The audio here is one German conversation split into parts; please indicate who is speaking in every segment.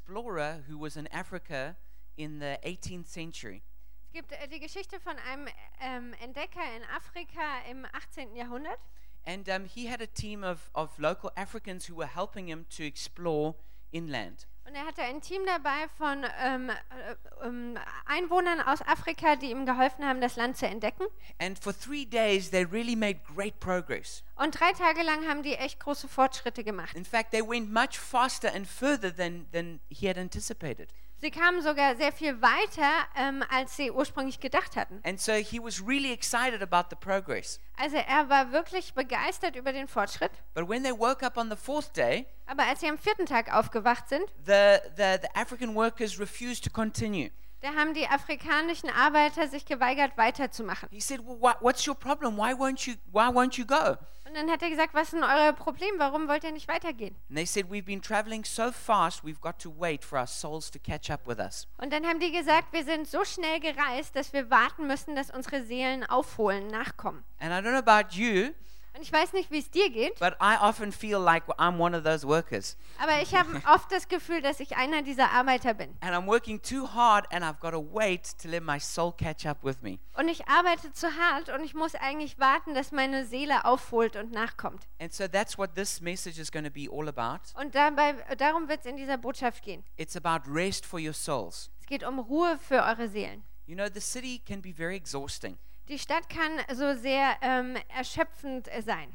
Speaker 1: explorer who was in Africa in the 18th century.
Speaker 2: Es gibt äh, die Geschichte von einem ähm, Entdecker in Afrika im 18. Jahrhundert.
Speaker 1: And um, he had a team of, of local Africans who were helping him to explore inland.
Speaker 2: Und er hatte ein Team dabei von ähm, äh, ähm, Einwohnern aus Afrika, die ihm geholfen haben, das Land zu entdecken.
Speaker 1: And for three days, they really made great progress.
Speaker 2: Und drei Tage lang haben die echt große Fortschritte gemacht.
Speaker 1: In fact, they went much faster and further than, than he had anticipated.
Speaker 2: Sie kamen sogar sehr viel weiter, ähm, als sie ursprünglich gedacht hatten.
Speaker 1: And so he was really excited about the progress.
Speaker 2: Also er war wirklich begeistert über den Fortschritt.
Speaker 1: But when they woke up on the fourth day,
Speaker 2: Aber als sie am vierten Tag aufgewacht sind,
Speaker 1: the, the, the African workers refused to continue.
Speaker 2: da haben die afrikanischen Arbeiter sich geweigert, weiterzumachen.
Speaker 1: He said, well, wha- what's your problem? Why won't you, why won't you go?
Speaker 2: Und dann hat er gesagt, was ist denn euer Problem? Warum wollt ihr nicht weitergehen?
Speaker 1: And they said, we've been traveling so fast, we've got to wait for our souls to catch up with us.
Speaker 2: Und dann haben die gesagt, wir sind so schnell gereist, dass wir warten müssen, dass unsere Seelen aufholen, nachkommen.
Speaker 1: And I don't know about you,
Speaker 2: Und ich weiß nicht, wie es dir geht,
Speaker 1: but I often feel like I'm one of those workers.
Speaker 2: aber ich habe oft das Gefühl, dass ich einer dieser Arbeiter bin.
Speaker 1: And I'm working too hard, and I've got to wait to let my soul catch up with me.
Speaker 2: Und ich arbeite zu hart und ich muss eigentlich warten, dass meine Seele aufholt und nachkommt.
Speaker 1: And so that's what this message is going to be all about.
Speaker 2: Und dabei, darum wird es in dieser Botschaft gehen.
Speaker 1: It's about rest for your souls.
Speaker 2: Es geht um Ruhe für eure Seelen.
Speaker 1: You know, the city can be very exhausting.
Speaker 2: Die Stadt kann so sehr ähm, erschöpfend äh, sein.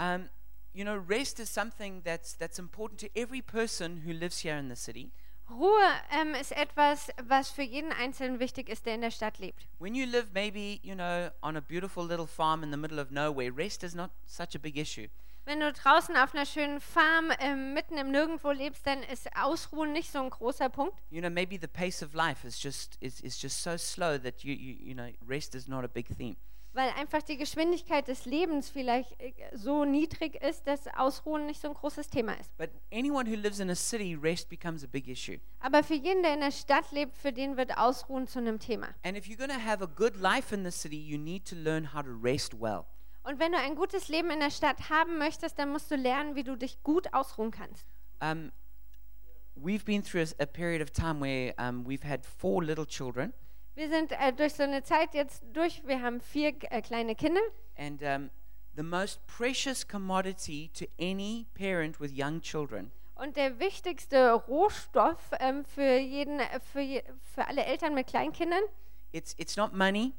Speaker 1: Um, you know, rest is something that's, that's important to every person who lives here in the city.
Speaker 2: Ruhe ähm, ist etwas, was für jeden Einzelnen wichtig ist, der in der Stadt lebt.
Speaker 1: When you live maybe, you know, on a beautiful little farm in the middle of nowhere, rest is not such a big issue.
Speaker 2: Wenn du draußen auf einer schönen Farm ähm, mitten im Nirgendwo lebst, dann ist Ausruhen nicht so ein großer Punkt.
Speaker 1: You know, maybe the pace of life is just is, is just so slow that you, you you know, rest is not a big theme.
Speaker 2: weil einfach die Geschwindigkeit des Lebens vielleicht äh, so niedrig ist, dass Ausruhen nicht so ein großes Thema ist.
Speaker 1: But anyone who lives in a city, rest becomes a big issue.
Speaker 2: Aber für jeden, der in der Stadt lebt, für den wird Ausruhen zu einem Thema.
Speaker 1: And if you're going to have a good life in the city, you need to learn how to rest well.
Speaker 2: Und wenn du ein gutes Leben in der Stadt haben möchtest, dann musst du lernen, wie du dich gut ausruhen kannst.
Speaker 1: Um, we've been through a, s- a period of time where um, we've had four little children,
Speaker 2: Wir sind äh, durch so eine Zeit jetzt durch. Wir haben vier äh, kleine Kinder.
Speaker 1: and um, the most precious commodity to any parent with young children
Speaker 2: Und der wichtigste Rohstoff ähm, für jeden, äh, für, je, für alle Eltern mit Kleinkindern
Speaker 1: it's it's not money,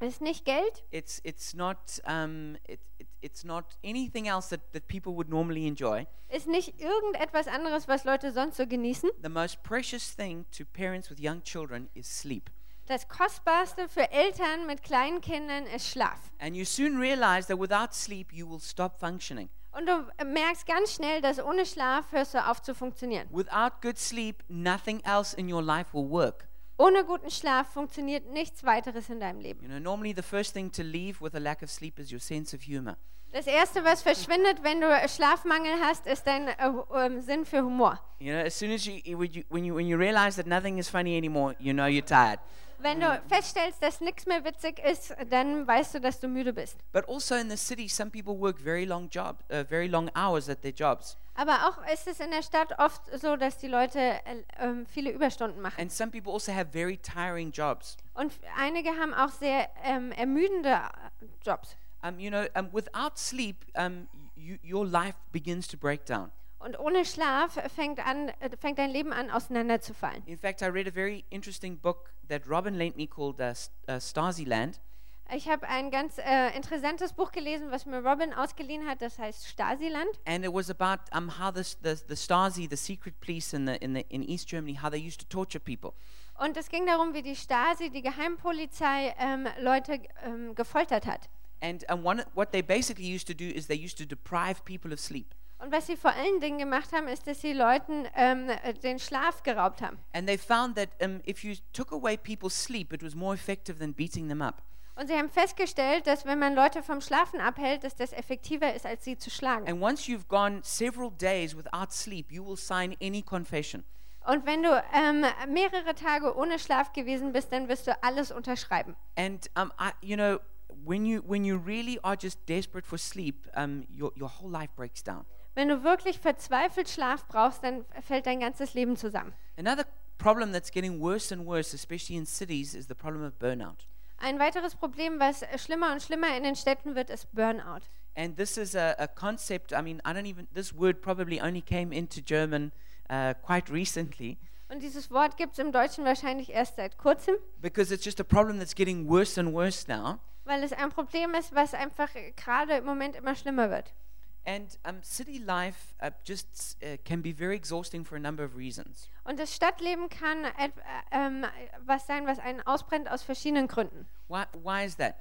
Speaker 2: ist nicht Geld,
Speaker 1: it's it's not um, it, it, it's not anything else that, that people would normally enjoy.
Speaker 2: ist nicht irgendetwas anderes, was Leute sonst so genießen.
Speaker 1: The most precious thing to parents with young children is sleep.
Speaker 2: Das Kostbarste für Eltern mit kleinen Kindern ist Schlaf.
Speaker 1: And you soon realize that without sleep, you will stop functioning.
Speaker 2: Und du äh, merkst ganz schnell, dass ohne Schlaf hörst du auf zu funktionieren.
Speaker 1: Without good sleep, nothing else in your life will work.
Speaker 2: Ohne guten Schlaf funktioniert nichts weiteres in deinem Leben.
Speaker 1: You know, normally the first thing to leave with a lack of sleep is your sense of humor.
Speaker 2: Das Erste, was verschwindet, wenn du äh, Schlafmangel hast, ist dein äh, ähm, Sinn für Humor.
Speaker 1: You know, as soon as you you- when you when you, when you realize that nothing is funny anymore, you know you're tired.
Speaker 2: Wenn du feststellst, dass nichts mehr witzig ist, dann weißt du, dass du müde bist.
Speaker 1: But also in the city, some people work very long job, uh, very long hours at their jobs,
Speaker 2: Aber auch ist es in der Stadt oft so, dass die Leute äh, ähm, viele Überstunden machen.
Speaker 1: and some people also have very tiring jobs.
Speaker 2: Und einige haben auch sehr ähm, ermüdende äh, Jobs.
Speaker 1: Um, you know, um, without sleep, um, you, your life begins to break down.
Speaker 2: Und ohne Schlaf fängt, an, äh, fängt dein Leben an, auseinanderzufallen.
Speaker 1: In fact, I read a very interesting book that Robin lent me called uh, S- uh, Stasiland.
Speaker 2: Ich habe ein ganz äh, interessantes Buch gelesen, was mir Robin ausgeliehen hat, das heißt Stasiland.
Speaker 1: and it was about um, how this, the, the Stasi, the secret police in, the, in, the, in East Germany, how they used to torture people.
Speaker 2: Und es ging darum, wie die Stasi, die Geheimpolizei, ähm, Leute ähm, gefoltert hat.
Speaker 1: And, and one, what they basically used to do is they used to deprive people of sleep.
Speaker 2: Und was sie vor allen Dingen gemacht haben, ist, dass sie Leuten ähm, äh, den Schlaf geraubt haben.
Speaker 1: And they found that um, if you took away people's sleep, it was more effective than beating them up.
Speaker 2: Und sie haben festgestellt, dass wenn man Leute vom Schlafen abhält, dass das effektiver ist, als sie zu schlagen.
Speaker 1: And once you've gone several days without sleep, you will sign any confession.
Speaker 2: Und wenn du ähm, mehrere Tage ohne Schlaf gewesen bist, dann wirst du alles unterschreiben.
Speaker 1: And, um, I, you know, when you, when you really are just desperate for sleep, um, your, your whole life breaks down.
Speaker 2: Wenn du wirklich verzweifelt Schlaf brauchst, dann fällt dein ganzes Leben zusammen.
Speaker 1: Another problem that's getting worse and worse, especially in cities, is the problem of burnout.
Speaker 2: Ein weiteres Problem, was schlimmer und schlimmer in den Städten wird, ist Burnout.
Speaker 1: And this is a, a concept, I mean, I don't even, this word probably only came into German uh, quite recently
Speaker 2: Und dieses Wort gibt es im Deutschen wahrscheinlich erst seit kurzem,
Speaker 1: because it's just a problem that's getting worse and worse now.
Speaker 2: weil es ein Problem ist, was einfach äh, gerade im Moment immer schlimmer wird.
Speaker 1: And um, city life uh, just uh, can be very exhausting for a number of reasons.
Speaker 2: Und das Stadtleben kann et- äh, ähm, was sein, was einen ausbrennt aus verschiedenen Gründen.
Speaker 1: Why, why is that?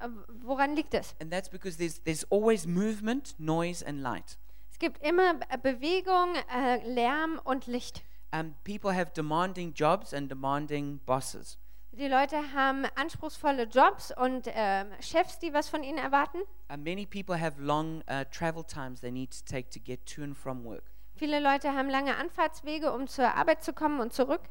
Speaker 2: Äh, woran liegt es?
Speaker 1: And that's because there's, there's always movement, noise, and light.
Speaker 2: Es gibt immer Be- Bewegung, äh, Lärm und Licht.
Speaker 1: Um, people have demanding jobs and demanding bosses.
Speaker 2: Die Leute haben anspruchsvolle Jobs und ähm, Chefs, die was von ihnen erwarten.
Speaker 1: Uh, many people have long uh, travel times they need to take to get to and from work.
Speaker 2: Viele Leute haben lange Anfahrtswege, um zur Arbeit zu kommen und zurück.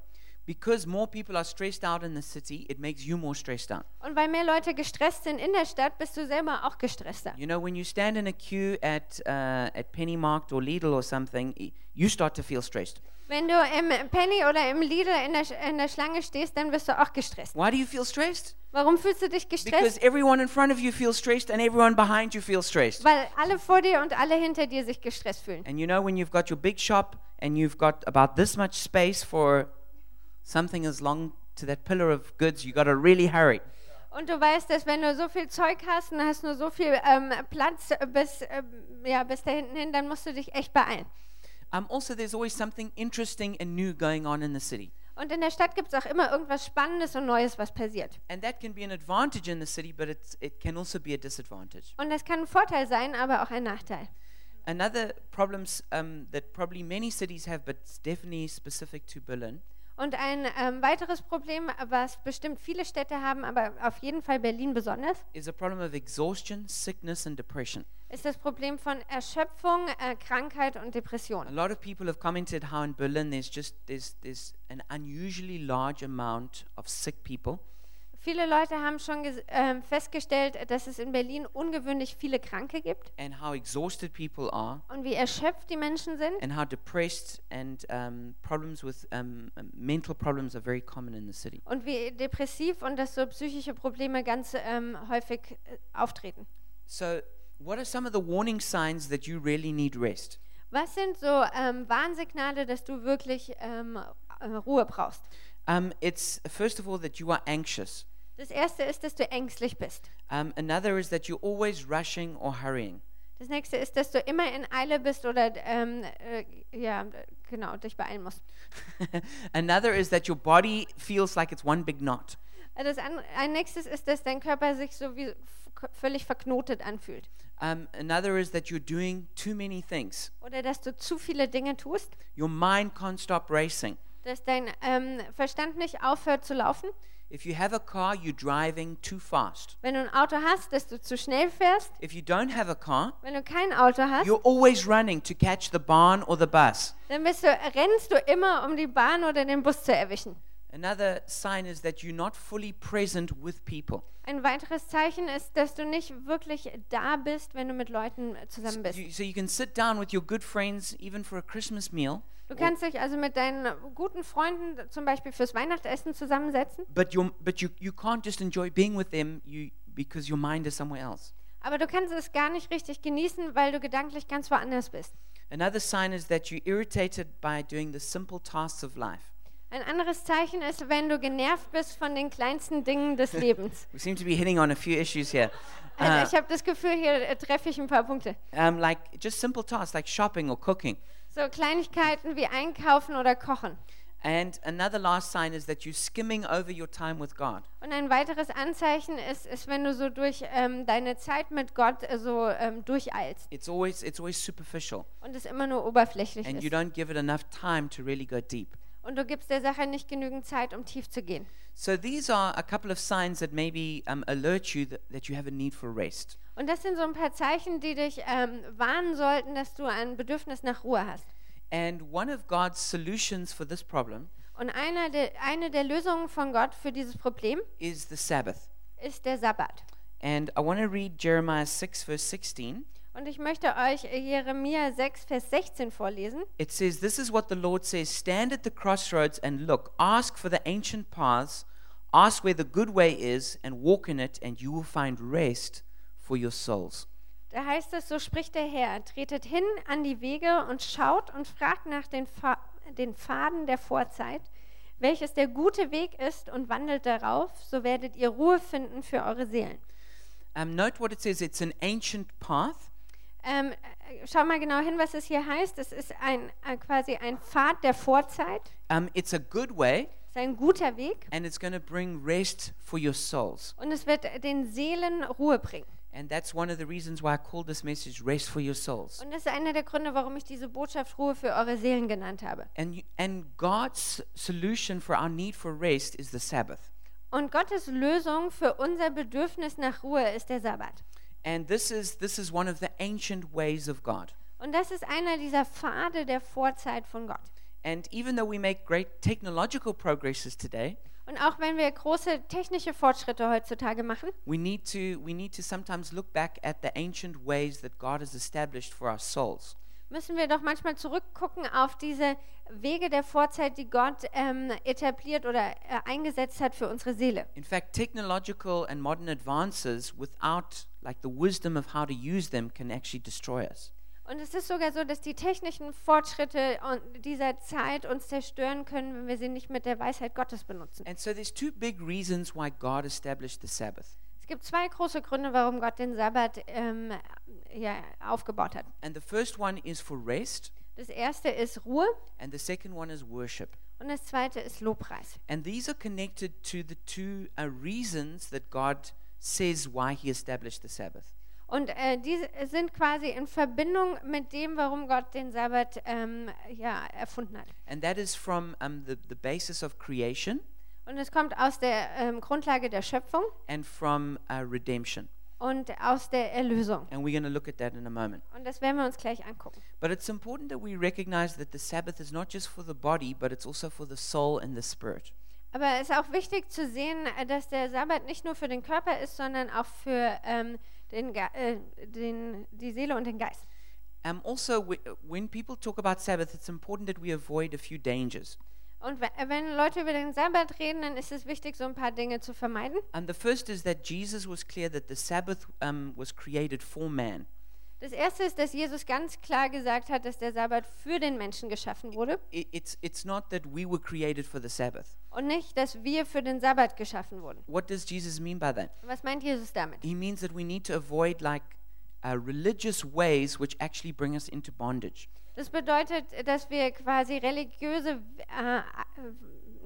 Speaker 1: Because more people are stressed out in the city, it makes you more stressed out.
Speaker 2: Und weil mehr Leute gestresst sind in der Stadt, bist du selber auch gestresster.
Speaker 1: You know, when you stand in a queue at, uh, at Pennymarkt or Lidl or something, y- you start to feel stressed.
Speaker 2: Wenn du im Penny oder im Lidl in der, Sch- in der Schlange stehst, dann wirst du auch gestresst.
Speaker 1: Why do you feel stressed?
Speaker 2: Warum fühlst du dich
Speaker 1: Because
Speaker 2: gestresst?
Speaker 1: everyone in front of you feels stressed and everyone behind you feels stressed.
Speaker 2: Weil alle vor dir und alle hinter dir sich gestresst fühlen.
Speaker 1: And you know, when you've got your big shop and you've got about this much space for something as long to that pillar of goods, you got to really hurry.
Speaker 2: Und du weißt, dass wenn du so viel Zeug hast und hast nur so viel ähm, Platz äh, bis, ähm, ja, bis da hinten hin, dann musst du dich echt beeilen.
Speaker 1: Um, also, there's always something interesting and new going on in the city.
Speaker 2: Und in der Stadt gibt es auch immer irgendwas Spannendes und Neues, was passiert.
Speaker 1: And that can be an advantage in the city, but it's, it can also be a disadvantage.
Speaker 2: Und das kann ein Vorteil sein, aber auch ein Nachteil.
Speaker 1: Another problems um, that probably many cities have, but it's definitely specific to Berlin,
Speaker 2: Und ein ähm, weiteres Problem, was bestimmt viele Städte haben, aber auf jeden Fall Berlin besonders,
Speaker 1: is a problem of exhaustion, sickness, and depression.
Speaker 2: ist das Problem von Erschöpfung, äh, Krankheit und
Speaker 1: A
Speaker 2: Depression.
Speaker 1: lot of people have commented how in Berlin there's just there's there's an unusually large amount of sick people,
Speaker 2: Viele Leute haben schon ges- ähm, festgestellt, dass es in Berlin ungewöhnlich viele Kranke gibt
Speaker 1: and how exhausted people are,
Speaker 2: und wie erschöpft die Menschen sind.
Speaker 1: and how depressed and um, problems with um, um, mental problems are very common in the city.
Speaker 2: Und wie depressiv und dass so psychische Probleme ganz ähm, häufig äh, auftreten.
Speaker 1: So, what are some of the warning signs that you really need rest?
Speaker 2: Was sind so ähm, Warnsignale, dass du wirklich ähm, äh, Ruhe brauchst?
Speaker 1: Um, it's first of all that you are anxious.
Speaker 2: Das erste ist, dass du ängstlich bist.
Speaker 1: Um, another is that you're always rushing or hurrying.
Speaker 2: Das nächste ist, dass du immer in Eile bist oder ähm, äh, ja, genau, dich beeilen musst.
Speaker 1: another is that your body feels like it's one big knot.
Speaker 2: Das an, ein nächstes ist, dass dein Körper sich so wie f- k- völlig verknotet anfühlt
Speaker 1: Um, another is that you're doing too many things.
Speaker 2: oder dass du zu viele Dinge tust,
Speaker 1: Your mind can't stop racing.
Speaker 2: dass dein ähm, Verstand nicht aufhört zu laufen.
Speaker 1: If you have a car, you're driving too fast.
Speaker 2: Wenn du ein Auto hast, dass du zu schnell fährst.
Speaker 1: If you don't have a car,
Speaker 2: Wenn du kein Auto hast,
Speaker 1: you're always running to catch the barn or the bus.
Speaker 2: dann bist du, rennst du immer, um die Bahn oder den Bus zu erwischen.
Speaker 1: Another sign is that you're not fully present with people.
Speaker 2: Ein weiteres Zeichen ist, dass du nicht wirklich da bist, wenn du mit Leuten
Speaker 1: So
Speaker 2: zusammen bist.
Speaker 1: you, so you can sit down with your good friends, even for a Christmas meal,
Speaker 2: Du kannst dich also mit deinen guten Freunden zum Beispiel fürs Weihnachtsessen zusammensetzen,
Speaker 1: but, you but you, you can't just enjoy being with them you, because your mind is somewhere else.
Speaker 2: aber du kannst es gar nicht richtig genießen, weil du gedanklich ganz woanders bist.
Speaker 1: Another sign is that you're irritated by doing the simple tasks of life.
Speaker 2: Ein anderes Zeichen ist, wenn du genervt bist von den kleinsten Dingen des Lebens.
Speaker 1: We seem to be hitting on a few issues here. Uh,
Speaker 2: Also ich habe das Gefühl, hier äh, treffe ich ein paar Punkte.
Speaker 1: um, like just simple tasks like shopping or cooking.
Speaker 2: So Kleinigkeiten wie Einkaufen oder Kochen.
Speaker 1: And another last sign is that you're skimming over your time with God.
Speaker 2: Und ein weiteres Anzeichen ist, ist wenn du so durch ähm, deine Zeit mit Gott äh, so ähm, durcheilst
Speaker 1: It's always it's always superficial,
Speaker 2: und es immer nur oberflächlich
Speaker 1: and you
Speaker 2: ist.
Speaker 1: don't give it enough time to really go deep.
Speaker 2: Und du gibst der Sache nicht genügend Zeit, um tief zu gehen.
Speaker 1: So these are a couple of signs that maybe um, alert you that, that you have a need for rest.
Speaker 2: Und das sind so ein paar Zeichen, die dich ähm, warnen sollten, dass du ein Bedürfnis nach Ruhe hast.
Speaker 1: And one of God's solutions for this problem
Speaker 2: Und einer der, eine der Lösungen von Gott für dieses Problem
Speaker 1: is the Sabbath.
Speaker 2: ist der Sabbat.
Speaker 1: And I want to read Jeremiah 6 verse 16.
Speaker 2: Und ich möchte euch Jeremia 6, Vers 16 vorlesen.
Speaker 1: It says, This is what the Lord says Stand at the crossroads and look, ask for the ancient paths, ask where the good way is, and walk in it, and you will find rest for your souls.
Speaker 2: Da heißt es, so spricht der Herr, tretet hin an die Wege und schaut und fragt nach den, Fa den Faden der Vorzeit, welches der gute Weg ist und wandelt darauf, so werdet ihr Ruhe finden für eure Seelen.
Speaker 1: Um, note what it says it's an ancient path.
Speaker 2: Ähm, äh, schau mal genau hin, was es hier heißt. Es ist ein, äh, quasi ein Pfad der Vorzeit,
Speaker 1: Um, it's a good way,
Speaker 2: es ist ein guter Weg
Speaker 1: and it's going to bring rest for your souls.
Speaker 2: und es wird den Seelen Ruhe bringen.
Speaker 1: And that's one of the reasons why I called this message Rest for Your Souls.
Speaker 2: Und das ist einer der Gründe, warum ich diese Botschaft Ruhe für eure Seelen genannt habe.
Speaker 1: And, you, and God's solution for our need for rest is the Sabbath.
Speaker 2: Und Gottes Lösung für unser Bedürfnis nach Ruhe ist der Sabbat.
Speaker 1: And this is, this is one of the ancient ways of God.
Speaker 2: Und das ist einer dieser Pfade der Vorzeit von Gott.
Speaker 1: And even though we make great technological progresses today,
Speaker 2: Und auch wenn wir große technische Fortschritte heutzutage machen,
Speaker 1: we need to, we need to sometimes look back at the ancient ways that God has established for our souls.
Speaker 2: müssen wir doch manchmal zurückgucken auf diese Wege der Vorzeit, die Gott ähm, etabliert oder äh, eingesetzt hat für unsere Seele.
Speaker 1: In fact, technological and modern advances without like the wisdom of how to use them can actually destroy us.
Speaker 2: Und es ist sogar so, dass die technischen Fortschritte und- dieser Zeit uns zerstören können, wenn wir sie nicht mit der Weisheit Gottes benutzen.
Speaker 1: And so there's two big reasons why God established the Sabbath.
Speaker 2: Es gibt zwei große Gründe, warum Gott den Sabbat ähm, ja, aufgebaut hat.
Speaker 1: And the first one is for rest,
Speaker 2: Das erste ist Ruhe
Speaker 1: and the second one is worship.
Speaker 2: und das zweite ist Lobpreis.
Speaker 1: And these are connected to the two uh, reasons that God says why he established the Sabbath.
Speaker 2: Und äh, die sind quasi in Verbindung mit dem, warum Gott den Sabbat ähm, ja, erfunden hat.
Speaker 1: And that is from um, the, the basis of creation
Speaker 2: Und es kommt aus der ähm, Grundlage der Schöpfung
Speaker 1: and from uh, redemption.
Speaker 2: und aus der Erlösung.
Speaker 1: And we're going to look at that in a moment.
Speaker 2: Und das werden wir uns gleich angucken.
Speaker 1: But it's important that we recognize that the Sabbath is not just for the body, but it's also for the soul and the spirit.
Speaker 2: Aber es ist auch wichtig zu sehen, äh, dass der Sabbat nicht nur für den Körper ist, sondern auch für ähm, den Ge äh, den, die Seele und den Geist.
Speaker 1: Um, also, w- when people talk about Sabbath, it's important that we avoid a few dangers.
Speaker 2: Und we- äh, wenn Leute über den Sabbat reden, dann ist es wichtig, so ein paar Dinge zu vermeiden.
Speaker 1: And the first is that Jesus was clear that the Sabbath um, was created for man.
Speaker 2: Das erste ist, dass Jesus ganz klar gesagt hat, dass der Sabbat für den Menschen geschaffen wurde
Speaker 1: I- it's, it's not that we were created for the Sabbath.
Speaker 2: und nicht, dass wir für den Sabbat geschaffen wurden.
Speaker 1: What does Jesus mean by that?
Speaker 2: Was meint Jesus damit?
Speaker 1: He means that we need to avoid like uh, religious ways which actually bring us into bondage.
Speaker 2: Das bedeutet, dass wir quasi religiöse äh, äh,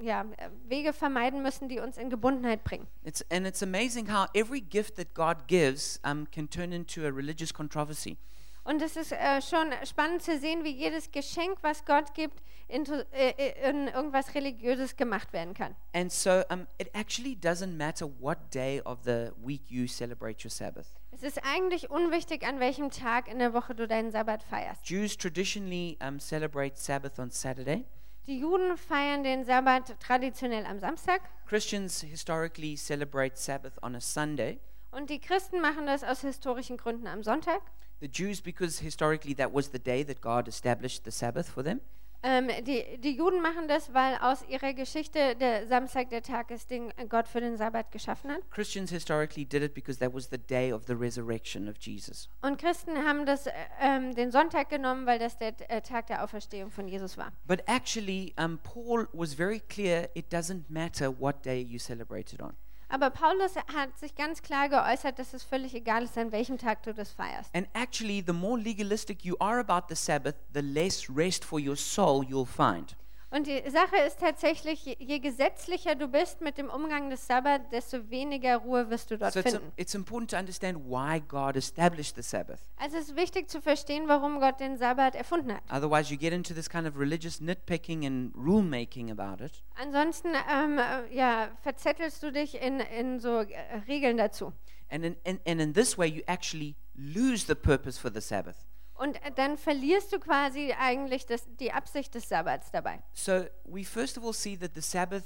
Speaker 2: ja, Wege vermeiden müssen, die uns in Gebundenheit bringen.
Speaker 1: It's, and it's amazing how every gift that God gives um, can turn into a religious controversy.
Speaker 2: Und es ist äh, schon spannend zu sehen, wie jedes Geschenk, was Gott gibt, in, äh, in irgendwas Religiöses gemacht werden kann.
Speaker 1: And so um, it actually doesn't matter what day of the week you celebrate your Sabbath.
Speaker 2: Es ist eigentlich unwichtig, an welchem Tag in der Woche du deinen Sabbat feierst.
Speaker 1: Jews traditionally um, celebrate Sabbath on Saturday.
Speaker 2: Die Juden feiern den Sabbat traditionell am Samstag
Speaker 1: Christians historically celebrate Sabbath on a Sunday.
Speaker 2: und die Christen machen das aus historischen Gründen am Sonntag.
Speaker 1: The Jews, because historically that was the day that God established the Sabbath for them.
Speaker 2: Ähm, die, die Juden machen das, weil aus ihrer Geschichte der Samstag der Tag ist, den Gott für den Sabbat geschaffen hat.
Speaker 1: Christians historically did it because that was the day of the resurrection of Jesus.
Speaker 2: Und Christen haben das, äh, ähm, den Sonntag genommen, weil das der äh, Tag der Auferstehung von Jesus war.
Speaker 1: But actually, um, Paul was very clear it doesn't matter what day you celebrate it on.
Speaker 2: Aber Paulus hat sich ganz klar geäußert, dass es völlig egal ist, an welchem Tag du das feierst.
Speaker 1: And actually, the more legalistic you are about the Sabbath, the less rest for your soul you'll find.
Speaker 2: Und die Sache ist tatsächlich, je, je gesetzlicher du bist mit dem Umgang des Sabbats, desto weniger Ruhe wirst du dort
Speaker 1: So it's,
Speaker 2: finden.
Speaker 1: it's important to understand why God established the Sabbath.
Speaker 2: Also es ist wichtig zu verstehen, warum Gott den Sabbat erfunden hat.
Speaker 1: Otherwise, you get into this kind of religious nitpicking and rule making about it.
Speaker 2: Ansonsten ähm, äh, ja, verzettelst du dich in, in so äh, Regeln dazu.
Speaker 1: And in, and, and in this way, you actually lose the purpose for the Sabbath.
Speaker 2: Und äh, dann verlierst du quasi eigentlich das, die Absicht des Sabbats dabei.
Speaker 1: So we first of all see that the Sabbath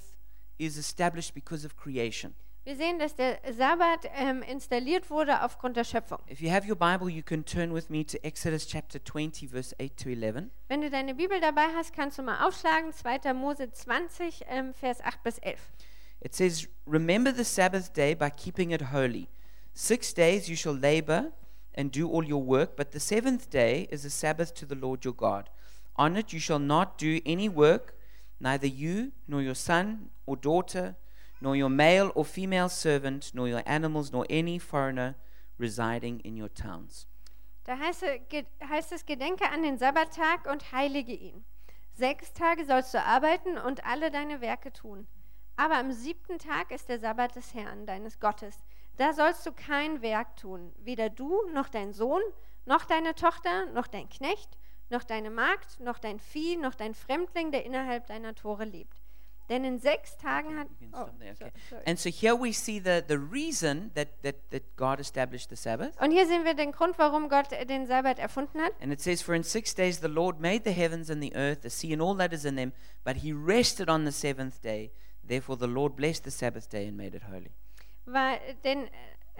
Speaker 1: is established because of creation.
Speaker 2: Wir sehen, dass der Sabbat ähm, installiert wurde aufgrund der Schöpfung.
Speaker 1: If you have your Bible, you can turn with me to Exodus chapter 20, verse 8 to 11.
Speaker 2: Wenn du deine Bibel dabei hast, kannst du mal aufschlagen, 2. Mose 20, ähm, Vers 8 bis 11.
Speaker 1: It says, Remember the Sabbath day by keeping it holy. Six days you shall labor and do all your work, but the seventh day is a Sabbath to the Lord your God. On it you shall not do any work, neither you, nor your son or daughter, nor your male or female servant, nor your animals, nor any foreigner residing in your towns.
Speaker 2: Da heiße, ge, heißt es, gedenke an den Sabbattag und heilige ihn. Sechs Tage sollst du arbeiten und alle deine Werke tun. Aber am siebten Tag ist der Sabbat des Herrn, deines Gottes. Da sollst du kein Werk tun, weder du noch dein Sohn, noch deine Tochter, noch dein Knecht, noch deine Magd, noch dein Vieh, noch dein Fremdling, der innerhalb deiner Tore lebt. Denn in sechs Tagen hat...
Speaker 1: You can
Speaker 2: Oh,
Speaker 1: stop there,
Speaker 2: so-
Speaker 1: okay.
Speaker 2: sorry.
Speaker 1: And so here we see the, the reason that, that, that God established the Sabbath.
Speaker 2: Und hier sehen wir den Grund, warum Gott äh, den Sabbat erfunden hat.
Speaker 1: And it says, For in six days the Lord made the heavens and the earth, the sea and all that is in them, but he rested on the seventh day. Therefore the Lord blessed the Sabbath day and made it holy.
Speaker 2: war denn äh,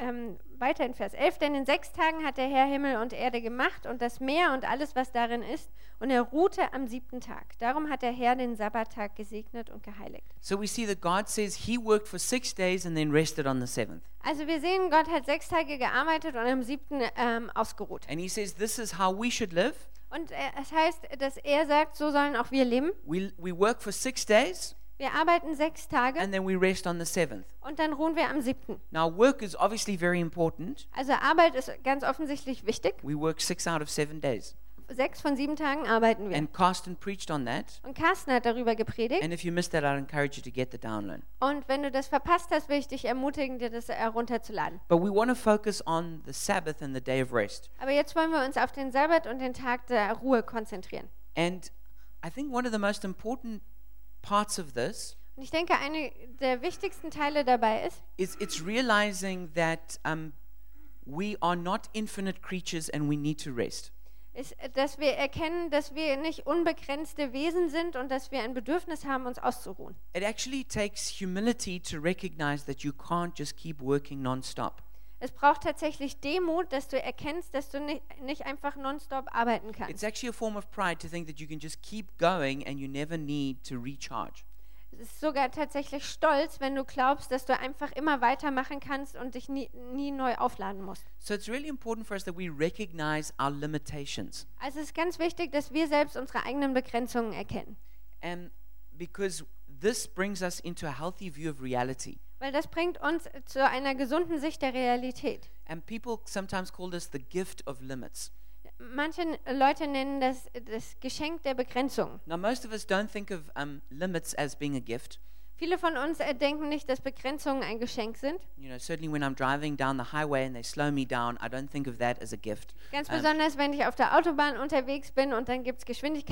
Speaker 2: ähm, weiter in Vers 11, denn in sechs Tagen hat der Herr Himmel und Erde gemacht und das Meer und alles, was darin ist, und er ruhte am siebten Tag. Darum hat der Herr den Sabbattag gesegnet und geheiligt.
Speaker 1: So we see that God says he worked for six days and then rested on the seventh.
Speaker 2: Also wir sehen, Gott hat sechs Tage gearbeitet und am siebten ähm, ausgeruht.
Speaker 1: And he says, This is how we should live.
Speaker 2: Und äh, es heißt, dass er sagt, so sollen auch wir leben.
Speaker 1: We, we work for six days
Speaker 2: Wir arbeiten sechs Tage
Speaker 1: and then we rest on the seventh.
Speaker 2: und dann ruhen wir am siebten.
Speaker 1: Now, work is obviously very important.
Speaker 2: Also Arbeit ist ganz offensichtlich wichtig.
Speaker 1: We work six out of seven days.
Speaker 2: Sechs von sieben Tagen arbeiten wir.
Speaker 1: And Carsten preached on that.
Speaker 2: Und Carsten hat darüber gepredigt.
Speaker 1: And if you missed that, I'd encourage you to get the download.
Speaker 2: Und wenn du das verpasst hast, will ich dich ermutigen, dir das äh, herunterzuladen.
Speaker 1: But we want to focus on the Sabbath and the day of rest.
Speaker 2: Aber jetzt wollen wir uns auf den Sabbat und den Tag der Ruhe konzentrieren.
Speaker 1: And I think one of the most important parts of this
Speaker 2: Und ich denke, eine der wichtigsten Teile dabei ist,
Speaker 1: is it's realizing that um, we are not infinite creatures and we need to rest.
Speaker 2: ist, äh, dass wir erkennen, dass wir nicht unbegrenzte Wesen sind und dass wir ein Bedürfnis haben, uns auszuruhen.
Speaker 1: It actually takes humility to recognize that you can't just keep working nonstop.
Speaker 2: Es braucht tatsächlich Demut, dass du erkennst, dass du nicht, nicht einfach nonstop arbeiten kannst.
Speaker 1: It's actually a form of pride to think that you can just keep going and you never need to recharge.
Speaker 2: Es ist sogar tatsächlich stolz, wenn du glaubst, dass du einfach immer weitermachen kannst und dich nie, nie neu aufladen musst.
Speaker 1: So it's really important for us that we recognize our limitations.
Speaker 2: Also es ist ganz wichtig, dass wir selbst unsere eigenen Begrenzungen erkennen,
Speaker 1: And because this brings us into a healthy view of reality.
Speaker 2: weil das bringt uns zu einer gesunden Sicht der Realität.
Speaker 1: And people sometimes call this the gift of limits.
Speaker 2: Manche n- Leute nennen das das Geschenk der Begrenzung.
Speaker 1: Now, most of us don't think of um, limits as being a gift.
Speaker 2: Viele von uns äh, denken nicht, dass Begrenzungen ein Geschenk sind.
Speaker 1: You know, certainly when I'm driving down the highway and they slow me down, I don't think of that as a gift.
Speaker 2: Ganz
Speaker 1: Ähm.
Speaker 2: besonders, wenn ich auf der Autobahn unterwegs bin und dann gibt es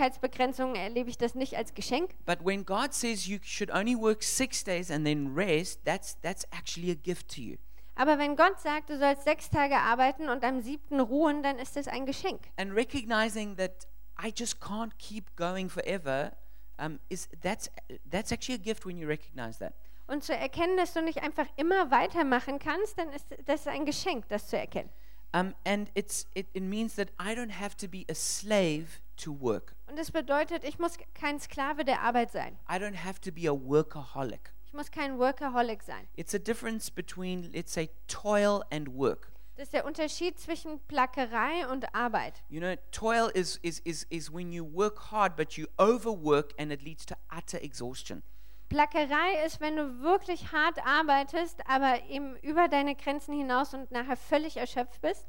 Speaker 2: Geschwindigkeitsbegrenzungen, erlebe ich das nicht als Geschenk.
Speaker 1: But when God says you should only work six days and then rest, that's, that's actually a gift to you.
Speaker 2: Aber wenn Gott sagt, du sollst sechs Tage arbeiten und am siebten ruhen, dann ist das ein Geschenk.
Speaker 1: And recognizing that I just can't keep going forever, um, is, that's, that's actually a gift when you recognize that.
Speaker 2: Und zu erkennen, dass du nicht einfach immer weitermachen kannst, dann ist das ein Geschenk, das zu erkennen.
Speaker 1: Um, and it's, it, it means that I don't have to be a slave to work.
Speaker 2: Und das bedeutet, ich muss kein Sklave der Arbeit sein.
Speaker 1: I don't have to be a workaholic.
Speaker 2: Ich muss kein Workaholic sein.
Speaker 1: It's a difference between, let's say, toil and work.
Speaker 2: Das ist der Unterschied zwischen Plackerei und Arbeit.
Speaker 1: You know, toil is, is, is, is when you work hard, but you overwork and it leads to utter exhaustion.
Speaker 2: Plackerei ist, wenn du wirklich hart arbeitest, aber eben über deine Grenzen hinaus und nachher völlig erschöpft bist.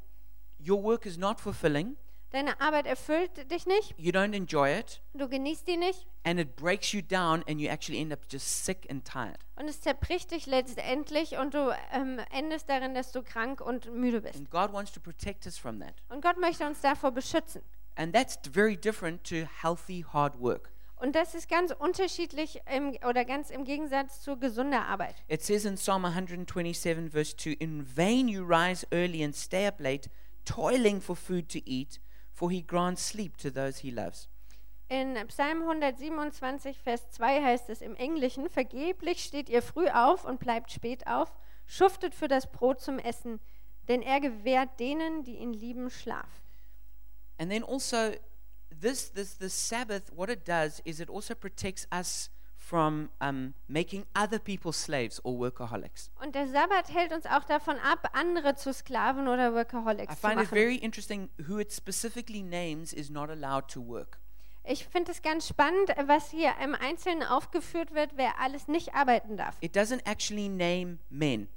Speaker 1: Your work is not fulfilling,
Speaker 2: Deine Arbeit erfüllt dich nicht,
Speaker 1: you don't enjoy it,
Speaker 2: du genießt die nicht
Speaker 1: and it breaks you down, and you actually end up just sick and tired.
Speaker 2: und es zerbricht dich letztendlich und du ähm, endest darin, dass du krank und müde bist.
Speaker 1: And God wants to protect us from that.
Speaker 2: Und Gott möchte uns davor beschützen.
Speaker 1: And that's very different to healthy, hard work.
Speaker 2: Und das ist ganz unterschiedlich im, oder ganz im Gegensatz zu gesunder Arbeit.
Speaker 1: It says in Psalm 127, verse 2 In vain you rise early and stay up late, toiling for food to eat, for he grants sleep to those he loves.
Speaker 2: In Psalm 127, Vers 2 heißt es im Englischen, vergeblich steht ihr früh auf und bleibt spät auf Schuftet für das Brot zum Essen, denn er gewährt denen, die ihn lieben, Schlaf.
Speaker 1: And then also, this this the Sabbath. What it does is it also protects us from um, making other people slaves or workaholics.
Speaker 2: Und der Sabbat hält uns auch davon ab, andere zu Sklaven oder
Speaker 1: I
Speaker 2: Workaholics zu
Speaker 1: find it
Speaker 2: machen.
Speaker 1: very interesting. Who it specifically names is not allowed to work.
Speaker 2: Ich finde es ganz spannend, äh, was hier im Einzelnen aufgeführt wird, wer alles nicht arbeiten darf.
Speaker 1: It doesn't actually name men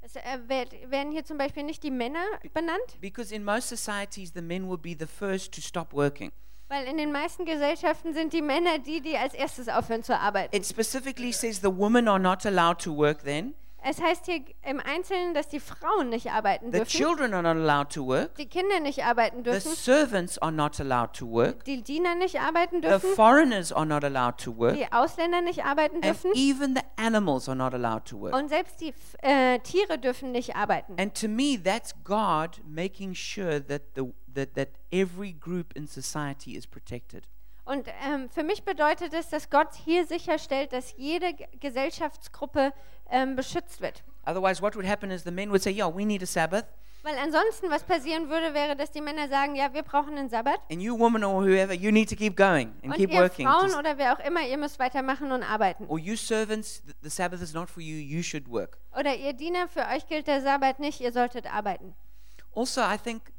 Speaker 2: Es äh, werd- werden hier zum Beispiel nicht die Männer benannt,
Speaker 1: because in most societies the men will be the first to stop working.
Speaker 2: weil in den meisten Gesellschaften sind die Männer die, die als erstes aufhören zu arbeiten.
Speaker 1: It specifically says the women are not allowed to work. Then
Speaker 2: Es heißt hier im Einzelnen, dass die Frauen nicht arbeiten
Speaker 1: the
Speaker 2: dürfen,
Speaker 1: children are not allowed to work.
Speaker 2: die Kinder nicht arbeiten
Speaker 1: The
Speaker 2: dürfen,
Speaker 1: servants are not allowed to work.
Speaker 2: die Diener nicht arbeiten
Speaker 1: The
Speaker 2: dürfen,
Speaker 1: foreigners are not allowed to work.
Speaker 2: die Ausländer nicht arbeiten
Speaker 1: And
Speaker 2: dürfen
Speaker 1: even the animals are not allowed to work.
Speaker 2: und selbst die F- äh, Tiere dürfen nicht arbeiten.
Speaker 1: And to me, that's God making sure that, the, that, that every group in society is protected.
Speaker 2: Und ähm, für mich bedeutet es, dass Gott hier sicherstellt, dass jede G- Gesellschaftsgruppe ähm, beschützt wird.
Speaker 1: Otherwise, what would happen is the men would say, Yeah, we need a Sabbath.
Speaker 2: Weil ansonsten, was passieren würde, wäre, dass die Männer sagen, ja, wir brauchen einen Sabbat.
Speaker 1: And you, women or whoever, you need to keep going and
Speaker 2: Und
Speaker 1: keep
Speaker 2: ihr
Speaker 1: working.
Speaker 2: Frauen
Speaker 1: Just- Oh.
Speaker 2: oder wer auch immer, ihr müsst weitermachen und arbeiten.
Speaker 1: or you servants, th- the Sabbath is not for you, you should work.
Speaker 2: Oder ihr Diener, für euch gilt der Sabbat nicht, ihr solltet arbeiten.
Speaker 1: Also, I think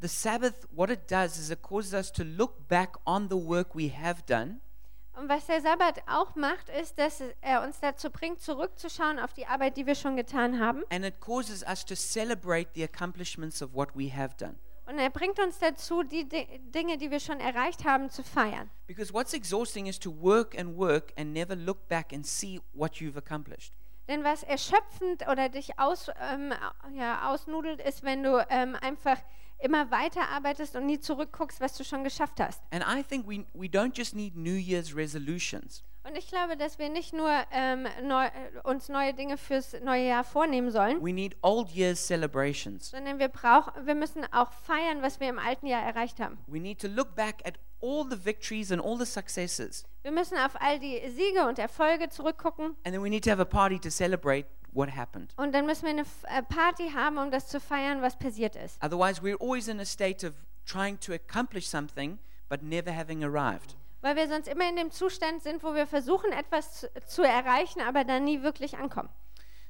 Speaker 1: the Sabbath, what it does is it causes us to look back on the work we have done
Speaker 2: Und was der Sabbat auch macht, ist, dass er uns dazu bringt, zurückzuschauen auf die Arbeit, die wir schon getan haben.
Speaker 1: and it causes us to celebrate the accomplishments of what we have done.
Speaker 2: Und er bringt uns dazu, die Di Dinge, die wir schon erreicht haben, zu feiern.
Speaker 1: Because what's exhausting is to work and work and never look back and see what you've accomplished.
Speaker 2: Denn was erschöpfend oder dich aus, ähm, au- ja, ausnudelt, ist, wenn du ähm, einfach immer weiterarbeitest und nie zurückguckst, was du schon geschafft hast.
Speaker 1: And I think we, we don't just need New Year's resolutions,
Speaker 2: Und ich glaube, dass wir nicht nur ähm, neu, äh, uns neue Dinge fürs neue Jahr vornehmen sollen,
Speaker 1: we need old year's celebrations.
Speaker 2: sondern wir, brauch, wir müssen auch feiern, was wir im alten Jahr erreicht haben.
Speaker 1: We need to look back at all the victories and all the successes,
Speaker 2: Wir müssen auf all die Siege und Erfolge zurückgucken
Speaker 1: and then we need to have a party to celebrate what happened.
Speaker 2: und dann müssen wir eine F äh, Party haben, um das zu feiern, was passiert ist.
Speaker 1: Otherwise, we're always in a state of trying to accomplish something but never having arrived.
Speaker 2: Weil wir sonst immer in dem Zustand sind, wo wir versuchen, etwas zu, zu erreichen, aber dann nie wirklich ankommen.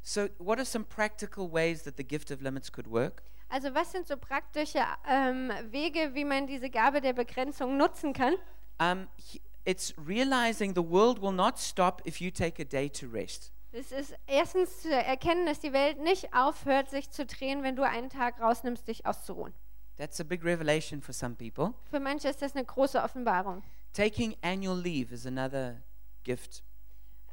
Speaker 1: So, what are some practical ways that the gift of limits could work?
Speaker 2: Also was sind so praktische ähm, Wege, wie man diese Gabe der Begrenzung nutzen kann?
Speaker 1: Um, he- it's realizing the world will not stop if you take a day to rest.
Speaker 2: Es ist erstens zu erkennen, dass die Welt nicht aufhört, sich zu drehen, wenn du einen Tag rausnimmst, dich auszuruhen.
Speaker 1: That's a big revelation for some people.
Speaker 2: Für manche ist das eine große Offenbarung.
Speaker 1: Taking annual leave is another gift.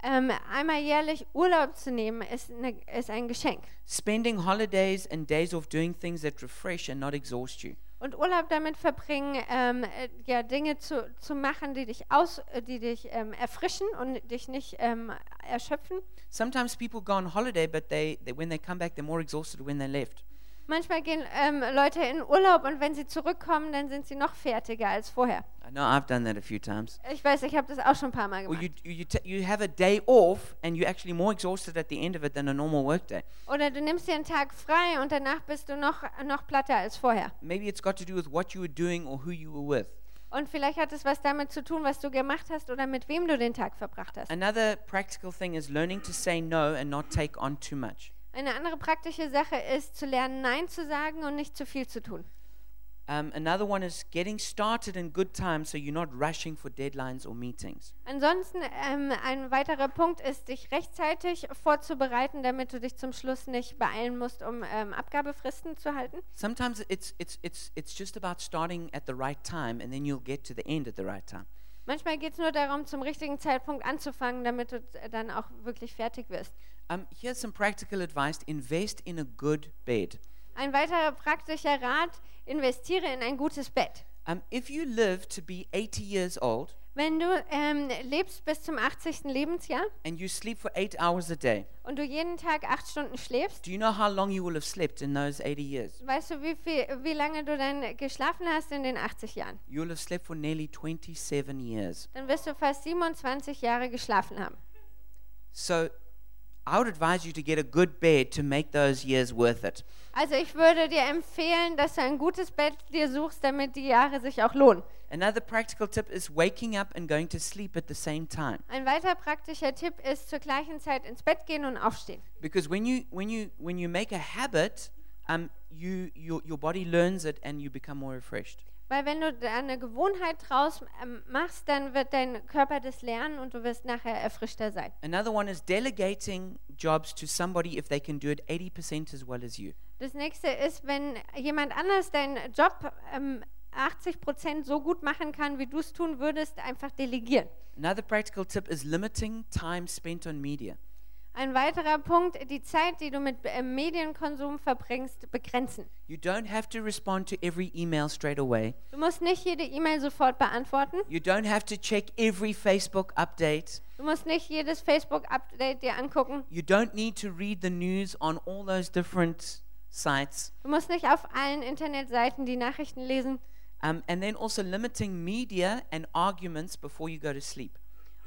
Speaker 2: Ähm, einmal jährlich Urlaub zu nehmen, ist, eine, ist ein Geschenk.
Speaker 1: Spending holidays and days off doing things that refresh and not exhaust you.
Speaker 2: Und Urlaub damit verbringen, ähm, äh, ja, Dinge zu, zu machen, die dich, aus, äh, die dich ähm, erfrischen und dich nicht ähm, erschöpfen.
Speaker 1: Sometimes people go on holiday, but they, they when they come back, they're more exhausted when they left.
Speaker 2: Manchmal gehen ähm, Leute in Urlaub und wenn sie zurückkommen, dann sind sie noch fertiger als vorher.
Speaker 1: I know I've done that a few times.
Speaker 2: Ich weiß, ich habe das auch schon ein paar Mal
Speaker 1: Or you,
Speaker 2: gemacht.
Speaker 1: you, ta you have a day off and you're actually more exhausted at the end of it than a normal workday.
Speaker 2: Oder du nimmst dir einen Tag frei und danach bist du noch, noch platter als vorher.
Speaker 1: Maybe it's got to do with what you were doing or who you were with.
Speaker 2: Und vielleicht hat es was damit zu tun, was du gemacht hast oder mit wem du den Tag verbracht hast.
Speaker 1: Another practical thing is learning to say no and not take on too much.
Speaker 2: Eine andere praktische Sache ist, zu lernen, Nein zu sagen und nicht zu viel zu tun.
Speaker 1: Um, another one is getting started in good time so you're not rushing for deadlines or meetings.
Speaker 2: Ansonsten, ähm, ein weiterer Punkt ist, dich rechtzeitig vorzubereiten, damit du dich zum Schluss nicht beeilen musst, um ähm, Abgabefristen zu halten.
Speaker 1: Sometimes it's, it's, it's, it's just about starting at the right time and then you'll get to the end at the right time.
Speaker 2: Manchmal geht es nur darum, zum richtigen Zeitpunkt anzufangen, damit du äh, dann auch wirklich fertig wirst.
Speaker 1: Um, here's some practical advice invest in a good bed.
Speaker 2: Ein weiterer praktischer Rat, investiere in ein gutes Bett.
Speaker 1: Um, if you live to be 80 years old
Speaker 2: Wenn du ähm, lebst bis zum 80. Lebensjahr
Speaker 1: and you sleep for eight hours a day,
Speaker 2: und du jeden Tag acht Stunden schläfst,
Speaker 1: do you know how long you will have slept in those 80 years?
Speaker 2: weißt du, wie, viel, wie lange du dann geschlafen hast in den 80 Jahren?
Speaker 1: You'll have slept for nearly 27 years.
Speaker 2: Dann wirst du fast 27 Jahre geschlafen haben.
Speaker 1: So I would advise you to get a good bed to make those years worth it.
Speaker 2: Also ich würde dir empfehlen, dass du ein gutes Bett dir suchst, damit die Jahre sich auch lohnen.
Speaker 1: Another practical tip is waking up and going to sleep at the same time.
Speaker 2: Ein weiter praktischer Tipp ist, zur gleichen Zeit ins Bett gehen und aufstehen.
Speaker 1: Because when you when you when you make a habit, um, you your your body learns it and you become more refreshed.
Speaker 2: Weil wenn du da eine Gewohnheit draus ähm, machst, dann wird dein Körper das lernen und du wirst nachher erfrischter sein.
Speaker 1: Another one is delegating jobs to somebody if they can do it 80% as well as you.
Speaker 2: Das nächste ist, wenn jemand anders deinen Job ähm, 80 Prozent so gut machen kann, wie du es tun würdest, einfach delegieren.
Speaker 1: Another practical tip is limiting time spent on media.
Speaker 2: Ein weiterer Punkt, die Zeit, die du mit ähm, Medienkonsum verbringst, begrenzen.
Speaker 1: You don't have to respond to every email straight away.
Speaker 2: Du musst nicht jede E-Mail sofort beantworten.
Speaker 1: You don't have to check every Facebook update.
Speaker 2: Du musst nicht jedes Facebook-Update dir angucken.
Speaker 1: You don't need to read the news on all those different sites.
Speaker 2: Du musst nicht auf allen Internetseiten die Nachrichten lesen.
Speaker 1: Um, and then also limiting media and arguments before you go to sleep.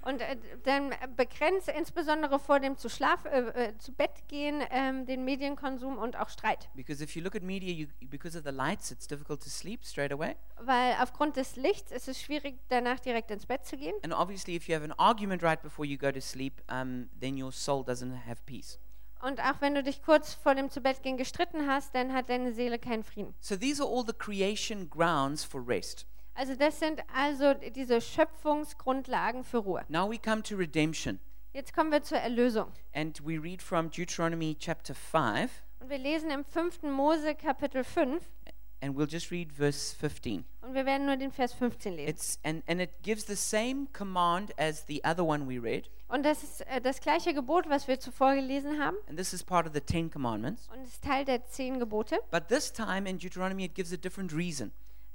Speaker 2: Und äh, dann begrenze insbesondere vor dem zu Schlaf, äh, äh, zu Bett gehen, ähm, den Medienkonsum und auch Streit.
Speaker 1: Because if you look at media, you, because of the lights, it's difficult to sleep straight away.
Speaker 2: Weil aufgrund des Lichts ist es schwierig, danach direkt ins Bett zu gehen.
Speaker 1: And obviously, if you have an argument right before you go to sleep, um, then your soul doesn't have peace.
Speaker 2: Und auch wenn du dich kurz vor dem zu Bett gehen gestritten hast, dann hat deine Seele keinen Frieden.
Speaker 1: So these are all the creation grounds for rest.
Speaker 2: Also das sind also diese Schöpfungsgrundlagen für Ruhe.
Speaker 1: Now we come to redemption,
Speaker 2: Jetzt kommen wir zur Erlösung.
Speaker 1: and we read from Deuteronomy chapter 5,
Speaker 2: Und wir lesen im 5. Mose Kapitel 5
Speaker 1: and we'll just read verse 15.
Speaker 2: und wir werden nur den Vers 15 lesen.
Speaker 1: It's and, and it gives the same command as the other one we read,
Speaker 2: Und das ist äh, das gleiche Gebot, was wir zuvor gelesen haben
Speaker 1: and this is part of the Ten Commandments.
Speaker 2: und ist Teil der zehn Gebote.
Speaker 1: But this time in Deuteronomy, it gives a different reason.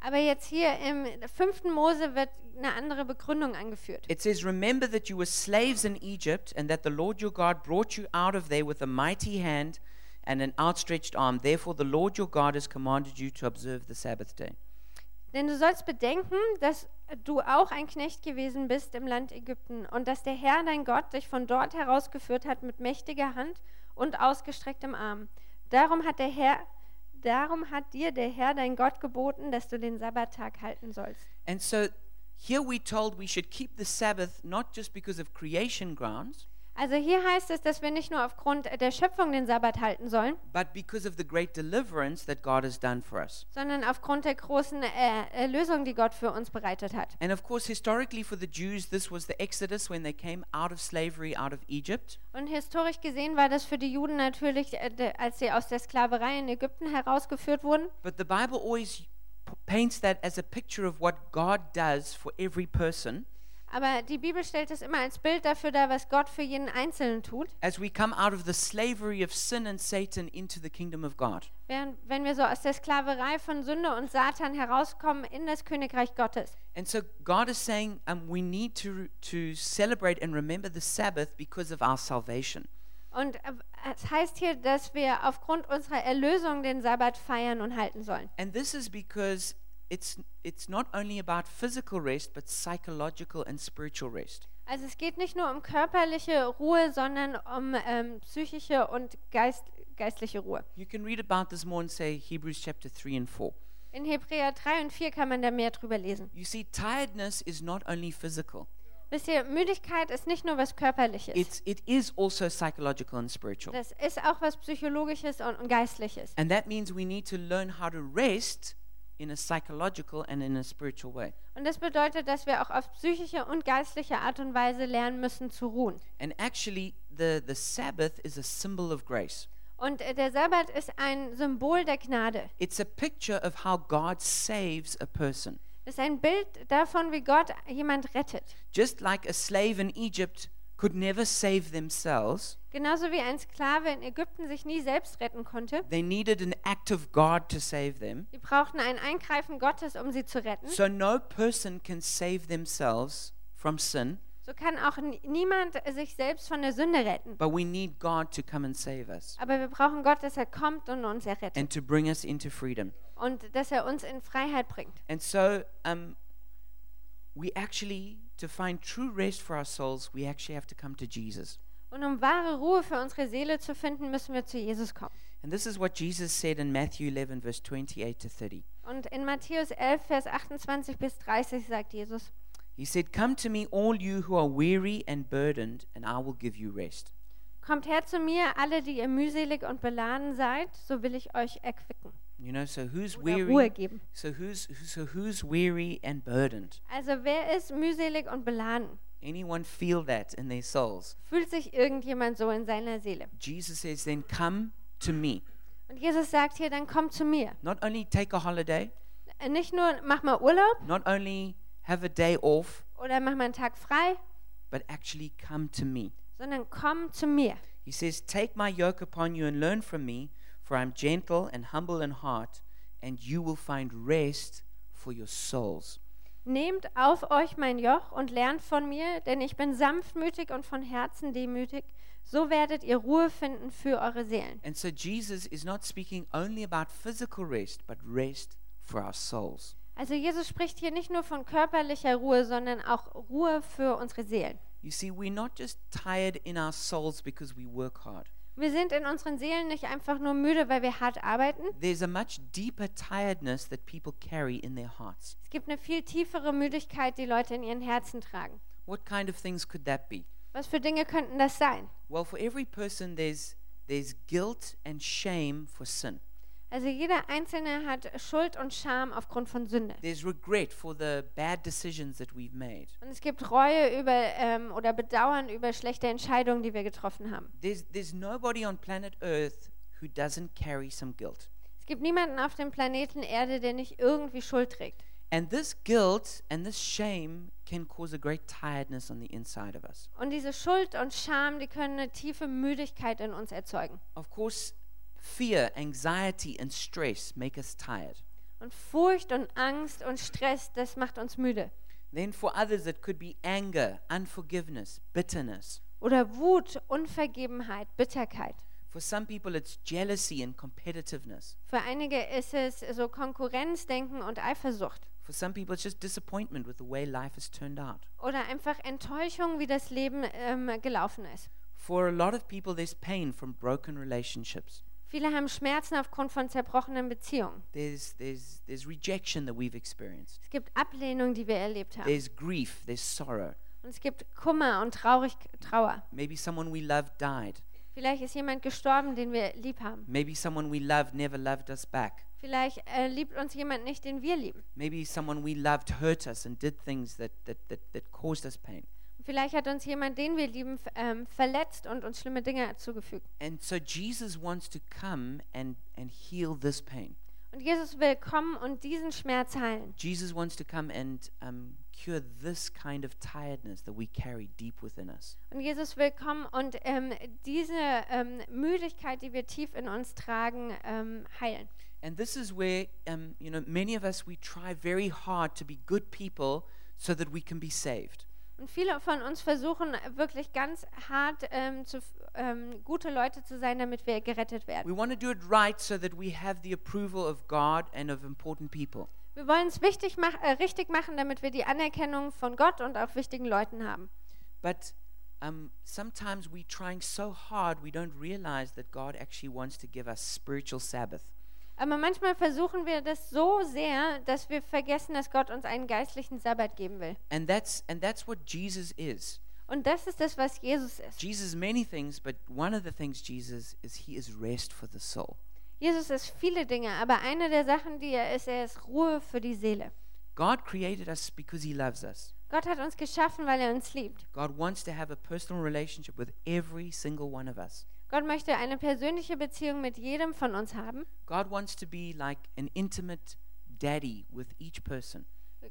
Speaker 2: Aber jetzt hier im 5. Mose wird eine andere Begründung angeführt.
Speaker 1: It says, Remember that you were slaves in Egypt, and that the Lord your God brought you out of there with a mighty hand and an outstretched arm. Therefore, the Lord your God has commanded you to observe the Sabbath day.
Speaker 2: Denn du sollst bedenken, dass du auch ein Knecht gewesen bist im Land Ägypten und dass der Herr, dein Gott, dich von dort herausgeführt hat mit mächtiger Hand und ausgestrecktem Arm. Darum hat der Herr, darum hat dir der Herr, dein Gott, geboten, dass du den Sabbattag halten sollst.
Speaker 1: And so here we're told we should keep the Sabbath not just because of creation grounds,
Speaker 2: Also hier heißt es, dass wir nicht nur aufgrund der Schöpfung den Sabbat halten sollen,
Speaker 1: but because of the great deliverance that God has done for us.
Speaker 2: sondern aufgrund der großen äh, Erlösung, die Gott für uns bereitet hat.
Speaker 1: And of course, historically for the Jews, this was the Exodus when they came out of slavery, out of Egypt.
Speaker 2: Und historisch gesehen war das für die Juden natürlich, äh, de- als sie aus der Sklaverei in Ägypten herausgeführt wurden.
Speaker 1: But the Bible always p- paints that as a picture of what God does for every person.
Speaker 2: Aber die Bibel stellt es immer als Bild dafür dar, was Gott für jeden Einzelnen tut.
Speaker 1: as we come out of the slavery of sin and Satan into the kingdom of God.
Speaker 2: Während, wenn wir so aus der Sklaverei von Sünde und Satan herauskommen in das Königreich Gottes.
Speaker 1: And so God is saying um, we need to, to celebrate and remember the Sabbath because of our salvation.
Speaker 2: Und äh, es heißt hier, dass wir aufgrund unserer Erlösung den Sabbat feiern und halten sollen.
Speaker 1: And this is because it's, it's not only about physical rest, but psychological and spiritual rest.
Speaker 2: Also es geht nicht nur um körperliche Ruhe, sondern um ähm, psychische und geist, geistliche Ruhe.
Speaker 1: You can read about this more in, say, Hebrews chapter 3 and 4.
Speaker 2: In Hebräer 3 und 4 kann man da mehr drüber lesen.
Speaker 1: You see, tiredness is not only physical,
Speaker 2: Wisst ihr, Müdigkeit ist nicht nur was Körperliches.
Speaker 1: it's, it is also psychological and spiritual.
Speaker 2: das ist auch was Psychologisches und, und Geistliches.
Speaker 1: And that means we need to learn how to rest in a psychological and in a spiritual way.
Speaker 2: Und das bedeutet, dass wir auch auf psychische und geistliche Art und Weise lernen müssen zu ruhen.
Speaker 1: And actually, the, the Sabbath is a symbol of grace.
Speaker 2: Und äh, der Sabbat ist ein Symbol der Gnade.
Speaker 1: It's a picture of how God saves a person.
Speaker 2: Das ist ein Bild davon, wie Gott jemand rettet.
Speaker 1: Just like a slave in Egypt could never save themselves,
Speaker 2: Genauso wie ein Sklave in Ägypten sich nie selbst retten konnte.
Speaker 1: they needed an act of God to save them.
Speaker 2: Sie brauchten ein Eingreifen Gottes, um sie zu retten.
Speaker 1: So no person can save themselves from sin,
Speaker 2: So kann auch n- niemand sich selbst von der Sünde retten.
Speaker 1: but we need God to come and save us
Speaker 2: Aber wir brauchen Gott, dass er kommt und uns errettet
Speaker 1: and to bring us into freedom.
Speaker 2: und dass er uns in Freiheit bringt.
Speaker 1: And so, um, we actually, to find true rest for our souls, we actually have to come to Jesus.
Speaker 2: Und um wahre Ruhe für unsere Seele zu finden, müssen wir zu Jesus kommen.
Speaker 1: And this is what Jesus said in Matthew 11, verse 28 to 30.
Speaker 2: Und in Matthäus 11, Vers 28 bis 30 sagt Jesus,
Speaker 1: He said, Come to me, all you who are weary and burdened, and I will give you rest.
Speaker 2: Kommt her zu mir, alle, die ihr mühselig und beladen seid, so will ich euch erquicken
Speaker 1: You know, so who's
Speaker 2: oder Ruhe
Speaker 1: weary?
Speaker 2: geben.
Speaker 1: So who's so who's weary and burdened?
Speaker 2: Also wer ist mühselig und beladen?
Speaker 1: Anyone feel that in their souls?
Speaker 2: Fühlt sich irgendjemand so in seiner Seele?
Speaker 1: Jesus says, then come to me.
Speaker 2: Und Jesus sagt hier, dann komm zu mir.
Speaker 1: Not only take a holiday,
Speaker 2: Äh, Nicht nur mach mal Urlaub
Speaker 1: not only have a day off,
Speaker 2: oder mach mal einen Tag frei,
Speaker 1: but actually come to me.
Speaker 2: sondern komm zu mir.
Speaker 1: He says, Take my yoke upon you and learn from me, for I'm gentle and humble in heart, and you will find rest for your souls.
Speaker 2: Nehmt auf euch mein Joch und lernt von mir, denn ich bin sanftmütig und von Herzen demütig. So werdet ihr Ruhe finden für eure Seelen.
Speaker 1: And so Jesus is not speaking only about physical rest, but rest for our souls.
Speaker 2: Also Jesus spricht hier nicht nur von körperlicher Ruhe, sondern auch Ruhe für unsere Seelen.
Speaker 1: You see, we're not just tired in our souls because we work hard.
Speaker 2: Wir sind in unseren Seelen nicht einfach nur müde, weil wir hart arbeiten.
Speaker 1: There's a much deeper tiredness that people carry in their hearts.
Speaker 2: Es gibt eine viel tiefere Müdigkeit, die Leute in ihren Herzen tragen.
Speaker 1: What kind of things could that be?
Speaker 2: Was für Dinge könnten das sein?
Speaker 1: Well, for every person, there's, there's guilt and shame for sin.
Speaker 2: Also jeder Einzelne hat Schuld und Scham aufgrund von Sünde.
Speaker 1: There's regret for the bad decisions that we've made.
Speaker 2: Und es gibt Reue über ähm, oder Bedauern über schlechte Entscheidungen, die wir getroffen haben.
Speaker 1: There's, there's nobody on planet Earth who doesn't carry some guilt.
Speaker 2: Es gibt niemanden auf dem Planeten Erde, der nicht irgendwie Schuld trägt.
Speaker 1: And this guilt and this shame can cause a great tiredness on the inside of us.
Speaker 2: Und diese Schuld und Scham, die können eine tiefe Müdigkeit in uns erzeugen.
Speaker 1: Of course, fear, anxiety, and stress make us tired.
Speaker 2: Und Furcht und Angst und Stress, das macht uns müde.
Speaker 1: Then, for others, it could be anger, unforgiveness, bitterness.
Speaker 2: Oder Wut, Unvergebenheit, Bitterkeit.
Speaker 1: For some people, it's jealousy and competitiveness.
Speaker 2: Für einige ist es so Konkurrenzdenken und Eifersucht.
Speaker 1: For some people, it's just disappointment with the way life has turned out.
Speaker 2: Oder einfach Enttäuschung, wie das Leben ähm, gelaufen ist.
Speaker 1: For a lot of people, there's pain from broken relationships.
Speaker 2: Viele haben Schmerzen aufgrund von zerbrochenen Beziehungen.
Speaker 1: There's, there's, there's rejection that we've experienced.
Speaker 2: Es gibt Ablehnung, die wir erlebt haben.
Speaker 1: There's grief, there's sorrow.
Speaker 2: Und es gibt Kummer und Traurig Trauer.
Speaker 1: Maybe someone we loved died.
Speaker 2: Vielleicht ist jemand gestorben, den wir lieb haben.
Speaker 1: Maybe someone we loved never loved us back.
Speaker 2: Vielleicht äh, liebt uns jemand nicht, den wir lieben.
Speaker 1: Maybe someone we loved hurt us and did things that, that, that, that caused us pain.
Speaker 2: Vielleicht hat uns jemand, den wir lieben, f- ähm, verletzt und uns schlimme Dinge zugefügt.
Speaker 1: And so Jesus wants to come and, and heal this pain.
Speaker 2: Und Jesus will kommen und diesen Schmerz heilen.
Speaker 1: Jesus wants to come and um, cure this kind of tiredness that we carry deep within us.
Speaker 2: Und Jesus will kommen und ähm, diese ähm, Müdigkeit, die wir tief in uns tragen, ähm, heilen.
Speaker 1: And this is where, um, you know, many of us, we try very hard to be good people so that we can be saved.
Speaker 2: Und viele von uns versuchen äh, wirklich ganz hart, ähm, zu, f- ähm, gute Leute zu sein, damit wir gerettet werden.
Speaker 1: We want to do it right so that we have the approval of God and of important people.
Speaker 2: Wir wollen es wichtig mach, äh, richtig machen, damit wir die Anerkennung von Gott und auch wichtigen Leuten haben.
Speaker 1: But um, sometimes we're trying so hard, we don't realize that God actually wants to give us spiritual Sabbath.
Speaker 2: Aber manchmal versuchen wir das so sehr, dass wir vergessen, dass Gott uns einen geistlichen Sabbat geben will.
Speaker 1: And that's, and that's what Jesus is.
Speaker 2: Und das ist das, was Jesus ist.
Speaker 1: Jesus is many things, but one of the things Jesus is, he is rest for the soul.
Speaker 2: Jesus ist viele Dinge, aber eine der Sachen, die er ist, er ist Ruhe für die Seele.
Speaker 1: God created us because he loves us.
Speaker 2: Gott hat uns geschaffen, weil er uns liebt.
Speaker 1: God wants to have a personal relationship with every single one of us.
Speaker 2: Gott möchte eine persönliche Beziehung mit jedem von uns haben.
Speaker 1: God wants to be like an intimate daddy with each person.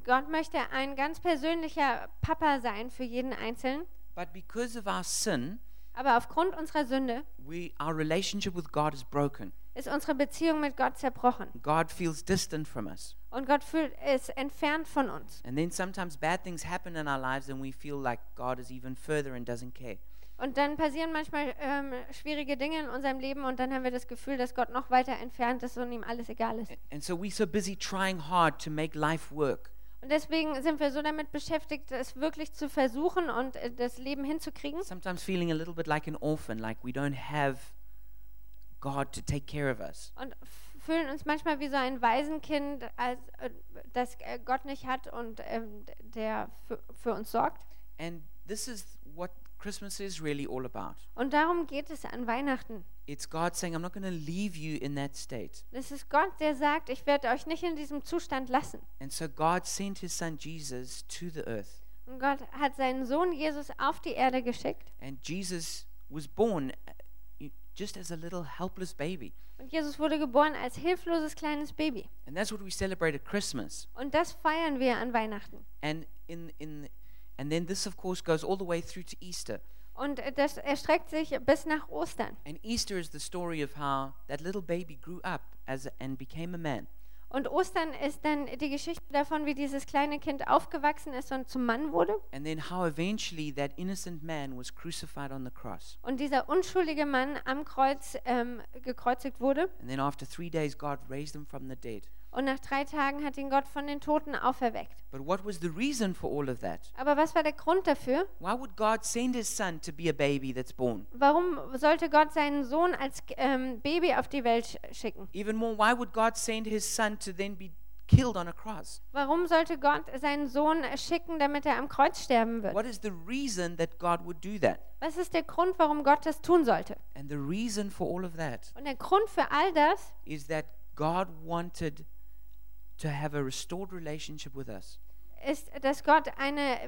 Speaker 2: Gott möchte ein ganz persönlicher Papa sein für jeden Einzelnen.
Speaker 1: But because of our sin,
Speaker 2: Aber aufgrund unserer Sünde
Speaker 1: we, our relationship with God is broken.
Speaker 2: ist unsere Beziehung mit Gott zerbrochen.
Speaker 1: God feels distant from us.
Speaker 2: Und Gott fühlt, ist entfernt von uns.
Speaker 1: And then sometimes bad things happen in our lives and we feel like God is even further and doesn't care.
Speaker 2: Und dann passieren manchmal ähm, schwierige Dinge in unserem Leben und dann haben wir das Gefühl, dass Gott noch weiter entfernt ist und ihm alles egal ist.
Speaker 1: And so we're so busy trying hard to make life work.
Speaker 2: Und deswegen sind wir so damit beschäftigt, es wirklich zu versuchen und äh, das Leben hinzukriegen.
Speaker 1: Sometimes feeling a little bit like an orphan, like we don't have God to take care of us.
Speaker 2: Und f- fühlen uns manchmal wie so ein Waisenkind, als, äh, das äh, Gott nicht hat und ähm, d- der für, für uns sorgt.
Speaker 1: And this is what Christmas is really all about.
Speaker 2: Und darum geht es an Weihnachten.
Speaker 1: It's God saying, I'm not going to leave you in that state.
Speaker 2: Es ist Gott, der sagt, ich werde euch nicht in diesem Zustand lassen.
Speaker 1: And so God sent his son Jesus to the earth.
Speaker 2: Und Gott hat seinen Sohn Jesus auf die Erde geschickt.
Speaker 1: And Jesus was born uh, y- just as a little helpless baby.
Speaker 2: Und Jesus wurde geboren als hilfloses kleines Baby.
Speaker 1: And that's what we celebrate at Christmas.
Speaker 2: Und das feiern wir an Weihnachten.
Speaker 1: And in in and then this of course goes all the way through to Easter.
Speaker 2: Und äh, das erstreckt sich bis nach Ostern.
Speaker 1: And Easter is the story of how that little baby grew up as a, and became a man.
Speaker 2: Und Ostern ist dann die Geschichte davon, wie dieses kleine Kind aufgewachsen ist und zum Mann wurde.
Speaker 1: And then how eventually that innocent man was crucified on the cross.
Speaker 2: Und dieser unschuldige Mann am Kreuz ähm, gekreuzigt wurde.
Speaker 1: And then after 3 days God raised him from the dead.
Speaker 2: Und nach drei Tagen hat ihn Gott von den Toten auferweckt.
Speaker 1: But what was the reason for all of that?
Speaker 2: Aber was war der Grund dafür?
Speaker 1: Why would God send his son to be a baby that's born?
Speaker 2: Warum sollte Gott seinen Sohn als ähm, Baby auf die Welt sch- schicken?
Speaker 1: Even more, why would God send his son to then be killed on a cross?
Speaker 2: Warum sollte Gott seinen Sohn äh, schicken, damit er am Kreuz sterben wird?
Speaker 1: What is the reason that God would do that?
Speaker 2: Was ist der Grund, warum Gott das tun sollte?
Speaker 1: And the reason for all of that
Speaker 2: Und der Grund für all das
Speaker 1: is that God wanted to have a restored relationship with us
Speaker 2: ist, dass Gott eine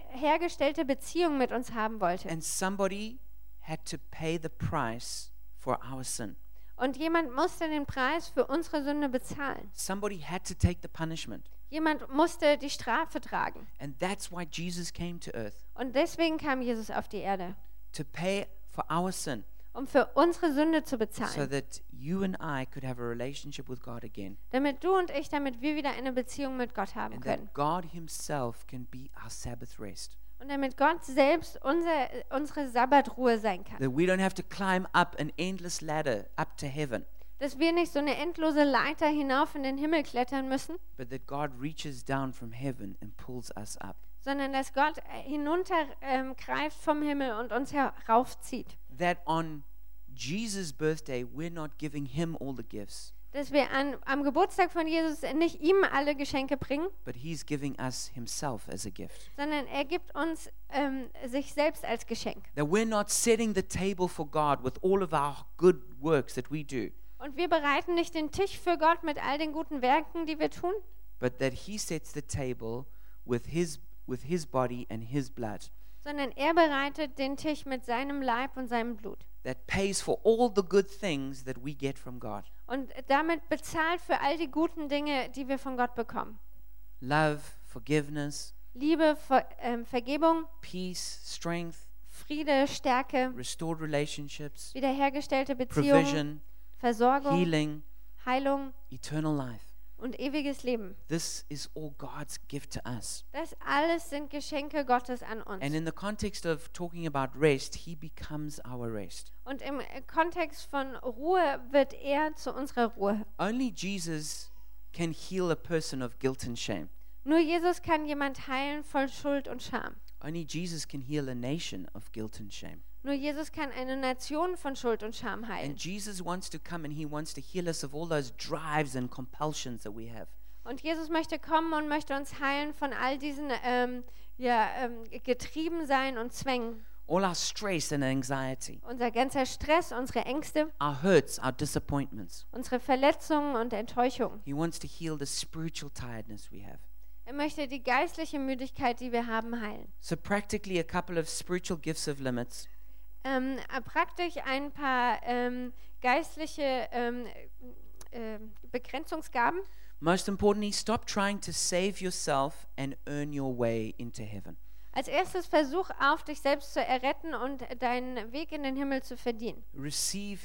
Speaker 2: wiederhergestellte Beziehung mit uns haben wollte.
Speaker 1: and somebody had to pay the price for our sin.
Speaker 2: Und jemand musste den Preis für unsere Sünde bezahlen.
Speaker 1: Somebody had to take the punishment.
Speaker 2: Jemand musste die Strafe tragen.
Speaker 1: And that's why Jesus came to earth
Speaker 2: Und deswegen kam Jesus auf die Erde,
Speaker 1: to pay for our sin
Speaker 2: um für unsere Sünde zu
Speaker 1: so
Speaker 2: bezahlen,
Speaker 1: that you and I could have a relationship with God again
Speaker 2: damit du und ich, damit wir wieder eine Beziehung mit Gott haben
Speaker 1: and
Speaker 2: können.
Speaker 1: that God himself can be our Sabbath rest.
Speaker 2: Und damit Gott selbst unser, unsere Sabbatruhe sein kann.
Speaker 1: That we don't have to climb up an endless ladder up to heaven,
Speaker 2: Dass wir nicht so eine endlose Leiter hinauf in den Himmel klettern müssen,
Speaker 1: but that God reaches down from heaven and pulls us up.
Speaker 2: sondern dass Gott äh, hinuntergreift ähm, greift vom Himmel und uns heraufzieht.
Speaker 1: that on Jesus' birthday, we're not giving him all the gifts,
Speaker 2: Dass wir an, am Geburtstag von Jesus nicht ihm alle Geschenke bringen,
Speaker 1: but he's giving us himself as a gift.
Speaker 2: sondern er gibt uns ähm, sich selbst als Geschenk.
Speaker 1: That we're not setting the table for God with all of our good works that we do,
Speaker 2: Und wir bereiten nicht den Tisch für Gott mit all den guten Werken, die wir tun,
Speaker 1: but that he sets the table with his, with his body and his blood
Speaker 2: sondern er bereitet den Tisch mit seinem Leib und seinem Blut.
Speaker 1: that pays for all the good things that we get from God
Speaker 2: Und damit bezahlt für all die guten Dinge, die wir von Gott bekommen.
Speaker 1: love, forgiveness,
Speaker 2: Liebe, Ver ähm, Vergebung,
Speaker 1: peace, strength,
Speaker 2: Friede, Stärke,
Speaker 1: restored relationships,
Speaker 2: wiederhergestellte Beziehungen,
Speaker 1: provision,
Speaker 2: Versorgung,
Speaker 1: healing,
Speaker 2: Heilung
Speaker 1: eternal life.
Speaker 2: und ewiges Leben.
Speaker 1: This is all God's gift to us.
Speaker 2: Das alles sind Geschenke Gottes an uns.
Speaker 1: And in the context of talking about rest, He becomes our rest.
Speaker 2: Und im äh, Kontext von Ruhe wird er zu unserer Ruhe.
Speaker 1: Only Jesus can heal a person of guilt and shame.
Speaker 2: Nur Jesus kann jemand heilen voll Schuld und Scham.
Speaker 1: Only Jesus can heal a nation of guilt and shame.
Speaker 2: Nur Jesus kann eine Nation von Schuld und Scham heilen.
Speaker 1: And Jesus wants to come and He wants to heal us of all those drives and compulsions that we have.
Speaker 2: Und Jesus möchte kommen und möchte uns heilen von all diesen ähm, ja, ähm, getrieben sein und Zwängen.
Speaker 1: All our stress and anxiety,
Speaker 2: Unser ganzer Stress, unsere Ängste,
Speaker 1: our hurts, our disappointments.
Speaker 2: unsere Verletzungen und Enttäuschungen.
Speaker 1: He wants to heal the spiritual tiredness we have.
Speaker 2: Er möchte die geistliche Müdigkeit, die wir haben, heilen.
Speaker 1: So, practically, a couple of spiritual gifts of limits.
Speaker 2: Ähm, äh, praktisch ein paar ähm, geistliche ähm, äh, Begrenzungsgaben.
Speaker 1: Most importantly, stop trying to save yourself and earn your way into heaven.
Speaker 2: Als erstes versuch auf, dich selbst zu erretten und deinen Weg in den Himmel zu verdienen,
Speaker 1: Receive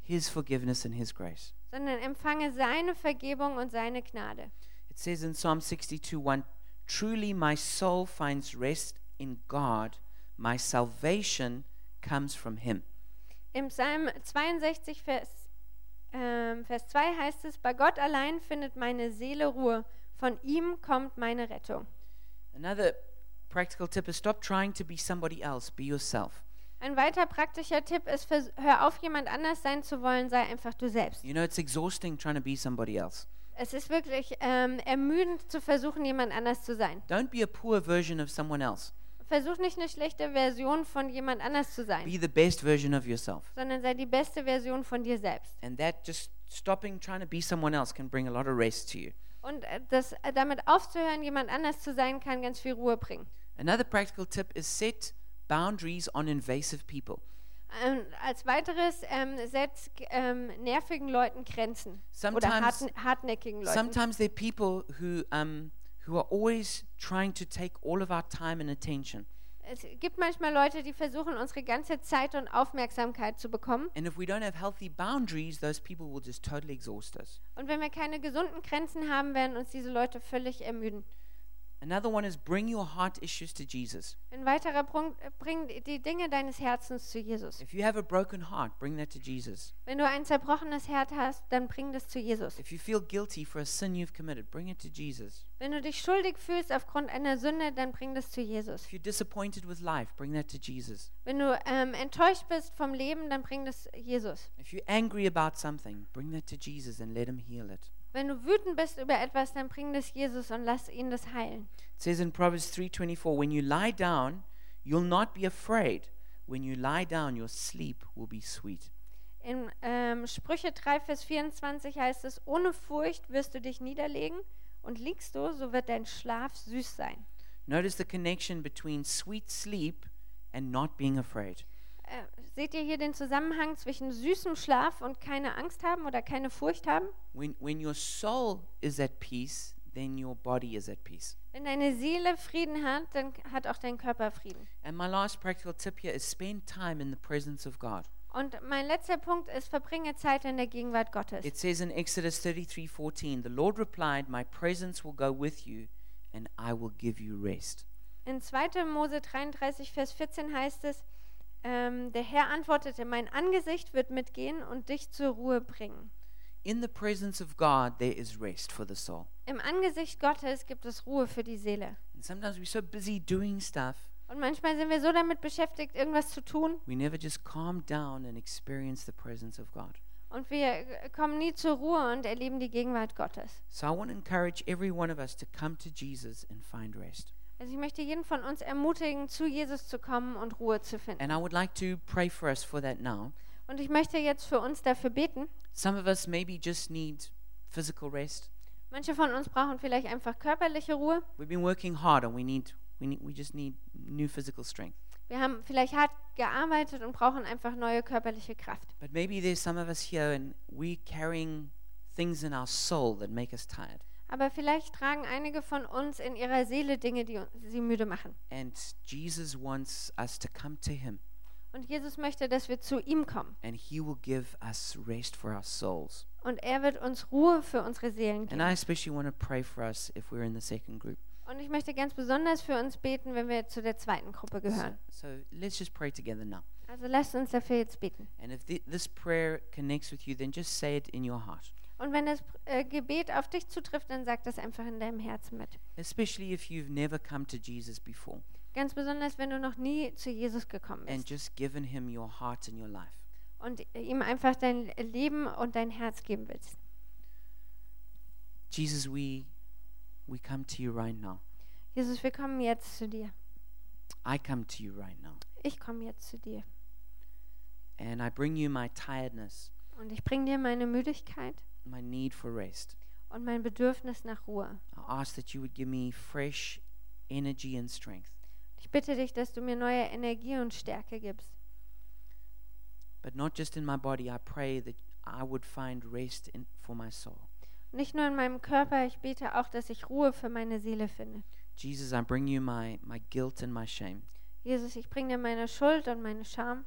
Speaker 1: His forgiveness and His grace.
Speaker 2: sondern empfange seine Vergebung und seine Gnade.
Speaker 1: It says in Psalm 62 1 Truly my soul finds rest in God, my salvation comes from Him.
Speaker 2: Im Psalm 62, Vers, ähm, Vers 2 heißt es, bei Gott allein findet meine Seele Ruhe. Von ihm kommt meine Rettung.
Speaker 1: Another practical tip is stop trying to be somebody else, be yourself.
Speaker 2: Ein weiter praktischer Tipp ist, vers- hör auf, jemand anders sein zu wollen, sei einfach du selbst.
Speaker 1: You know, it's exhausting trying to be somebody else.
Speaker 2: Es ist wirklich ähm, ermüdend zu versuchen, jemand anders zu sein.
Speaker 1: Don't be a poor version of someone else.
Speaker 2: Versuch nicht eine schlechte Version von jemand anders zu sein,
Speaker 1: Be the best version of yourself.
Speaker 2: sondern sei die beste Version von dir selbst.
Speaker 1: And that just stopping trying to be someone else can bring a lot of rest to you.
Speaker 2: Und äh, das, äh, damit aufzuhören, jemand anders zu sein, kann ganz viel Ruhe bringen.
Speaker 1: Another practical tip is set boundaries on invasive people.
Speaker 2: Ähm, als weiteres ähm, setzt ähm, nervigen Leuten Grenzen oder
Speaker 1: Sometimes-
Speaker 2: hartn hartnäckigen Leuten.
Speaker 1: Sometimes there are people who um, who are always trying to take all of our time and attention.
Speaker 2: es gibt manchmal Leute, die versuchen, unsere ganze Zeit und Aufmerksamkeit zu bekommen.
Speaker 1: And if we don't have healthy boundaries, those people will just totally exhaust us.
Speaker 2: Und wenn wir keine gesunden Grenzen haben, werden uns diese Leute völlig ermüden.
Speaker 1: Another one is bring your heart issues to Jesus.
Speaker 2: Ein weiterer Punkt, äh, bring die Dinge deines Herzens zu Jesus.
Speaker 1: If you have a broken heart, bring that to Jesus.
Speaker 2: Wenn du ein zerbrochenes Herz hast, dann bring das zu Jesus.
Speaker 1: If you feel guilty for a sin you've committed, bring it to Jesus.
Speaker 2: Wenn du dich schuldig fühlst aufgrund einer Sünde, dann bring das zu Jesus.
Speaker 1: If you're disappointed with life, bring that to Jesus.
Speaker 2: Wenn du ähm, enttäuscht bist vom Leben, dann bring das Jesus.
Speaker 1: If you're angry about something, bring that to Jesus and let him heal it.
Speaker 2: Wenn du wütend bist über etwas, dann bring das Jesus und lass ihn das heilen.
Speaker 1: It says in Proverbs 3:24, "When you lie down, you'll not be afraid. When you lie down, your sleep will be sweet."
Speaker 2: In ähm, Sprüche 3, Vers 24 heißt es, ohne Furcht wirst du dich niederlegen und liegst du, so wird dein Schlaf süß sein.
Speaker 1: Notice the connection between sweet sleep and not being afraid.
Speaker 2: Äh, seht ihr hier den Zusammenhang zwischen süßem Schlaf und keine Angst haben oder keine Furcht haben?
Speaker 1: When when your soul is at peace, then your body is at peace.
Speaker 2: Wenn deine Seele Frieden hat, dann hat auch dein Körper Frieden.
Speaker 1: And my last practical tip here is spend time in the presence of God.
Speaker 2: Und mein letzter Punkt ist, verbringe Zeit in der Gegenwart Gottes.
Speaker 1: It says in Exodus 33:14, "The Lord replied, My presence will go with you, and I will give you rest."
Speaker 2: In 2. Mose 33, Vers 14 heißt es, ähm, der Herr antwortete, mein Angesicht wird mitgehen und dich zur Ruhe bringen.
Speaker 1: In the presence of God there is rest for the soul.
Speaker 2: Im Angesicht Gottes gibt es Ruhe für die Seele.
Speaker 1: And sometimes we're so busy doing stuff,
Speaker 2: Und manchmal sind wir so damit beschäftigt, irgendwas zu tun
Speaker 1: we never just calm down and experience the presence of God.
Speaker 2: und wir äh, kommen nie zur Ruhe und erleben die Gegenwart Gottes.
Speaker 1: So I want to encourage every one of us to come to Jesus and find rest.
Speaker 2: Also ich möchte jeden von uns ermutigen, zu Jesus zu kommen und Ruhe zu finden.
Speaker 1: And I would like to pray for us for that now.
Speaker 2: Und ich möchte jetzt für uns dafür beten.
Speaker 1: Some of us maybe just need physical rest.
Speaker 2: Manche von uns brauchen vielleicht einfach körperliche Ruhe.
Speaker 1: We've been working hard and we need we need, we just need new physical strength.
Speaker 2: Wir haben vielleicht hart gearbeitet und brauchen einfach neue körperliche Kraft.
Speaker 1: But maybe there's some of us here and we're carrying things in our soul that make us tired.
Speaker 2: Aber vielleicht tragen einige von uns in ihrer Seele Dinge, die un- sie müde machen.
Speaker 1: And Jesus wants us to come to Him
Speaker 2: Und Jesus möchte, dass wir zu ihm kommen.
Speaker 1: and He will give us rest for our souls.
Speaker 2: Und er wird uns Ruhe für unsere Seelen
Speaker 1: And
Speaker 2: geben.
Speaker 1: I especially want to pray for us if we're in the second group.
Speaker 2: Und ich möchte ganz besonders für uns beten, wenn wir zu der zweiten Gruppe
Speaker 1: So,
Speaker 2: gehören.
Speaker 1: so let's just pray together now.
Speaker 2: Also lasst uns dafür jetzt beten.
Speaker 1: And if thi- this prayer connects with you, then just say it in your heart.
Speaker 2: Und wenn das äh, Gebet auf dich zutrifft, dann sag das einfach in deinem Herzen mit.
Speaker 1: Especially if you've never come to Jesus before
Speaker 2: Ganz besonders, wenn du noch nie zu Jesus gekommen
Speaker 1: and
Speaker 2: bist
Speaker 1: just given Him your heart and your life.
Speaker 2: und äh, ihm einfach dein Leben und dein Herz geben willst.
Speaker 1: Jesus, we we come to you right now.
Speaker 2: Jesus, wir kommen jetzt zu dir.
Speaker 1: I come to you right now.
Speaker 2: Ich komme jetzt zu dir.
Speaker 1: And I bring you my tiredness,
Speaker 2: Und ich bringe dir meine Müdigkeit
Speaker 1: my need for rest.
Speaker 2: und mein Bedürfnis nach Ruhe.
Speaker 1: I ask that you would give me fresh energy and strength.
Speaker 2: Ich bitte dich, dass du mir neue Energie und Stärke gibst.
Speaker 1: But not just in my body, I pray that I would find rest in, for my soul.
Speaker 2: Nicht nur in meinem Körper, ich bete auch, dass ich Ruhe für meine Seele finde.
Speaker 1: Jesus, I bring you my, my guilt and my shame.
Speaker 2: Jesus, ich bringe dir meine Schuld und meine Scham.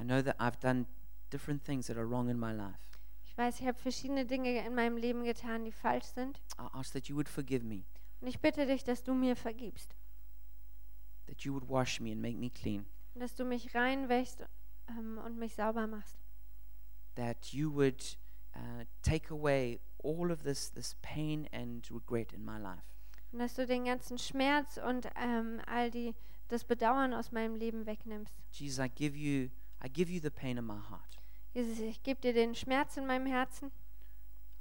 Speaker 1: I know that I've done different things that are wrong in my life.
Speaker 2: Ich weiß, ich habe verschiedene Dinge in meinem Leben getan, die falsch sind.
Speaker 1: I ask that you would forgive me,
Speaker 2: Und ich bitte dich, dass du mir vergibst.
Speaker 1: that you would wash me and make me clean,
Speaker 2: Und dass du mich reinwäschst ähm, und mich sauber machst.
Speaker 1: that you would uh, take away all of this, this pain and regret in my life.
Speaker 2: Und dass du den ganzen Schmerz und ähm, all die, das Bedauern aus meinem Leben wegnimmst.
Speaker 1: Jesus, I give you, I give you the pain in my heart.
Speaker 2: Jesus, ich gebe dir den Schmerz in meinem Herzen.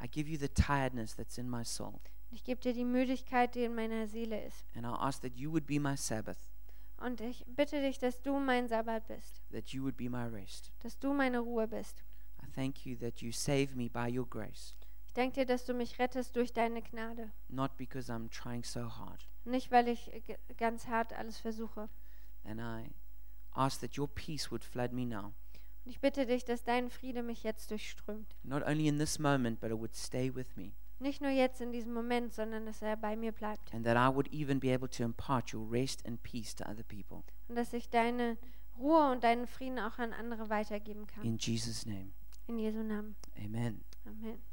Speaker 1: I give you the tiredness that's in my soul.
Speaker 2: Ich gebe dir die Müdigkeit, die in meiner Seele ist.
Speaker 1: And I ask that you would be my Sabbath,
Speaker 2: Und ich bitte dich, dass du mein Sabbat bist,
Speaker 1: that you would be my rest.
Speaker 2: dass du meine Ruhe bist.
Speaker 1: I thank you that you save me by your grace,
Speaker 2: Ich danke dir, dass du mich rettest durch deine Gnade.
Speaker 1: not because I'm trying so hard.
Speaker 2: Nicht, weil ich äh, g- ganz hart alles versuche.
Speaker 1: And I ask that your peace would flood me now,
Speaker 2: Und ich bitte dich, dass dein Friede mich jetzt durchströmt.
Speaker 1: not only in this moment, but it would stay with me,
Speaker 2: Nicht nur jetzt in diesem Moment, sondern dass er bei mir bleibt.
Speaker 1: and that I would even be able to impart your rest and peace to other people.
Speaker 2: Und dass ich deine Ruhe und deinen Frieden auch an andere weitergeben kann.
Speaker 1: In Jesus' name,
Speaker 2: In Jesu Namen.
Speaker 1: amen.
Speaker 2: Amen.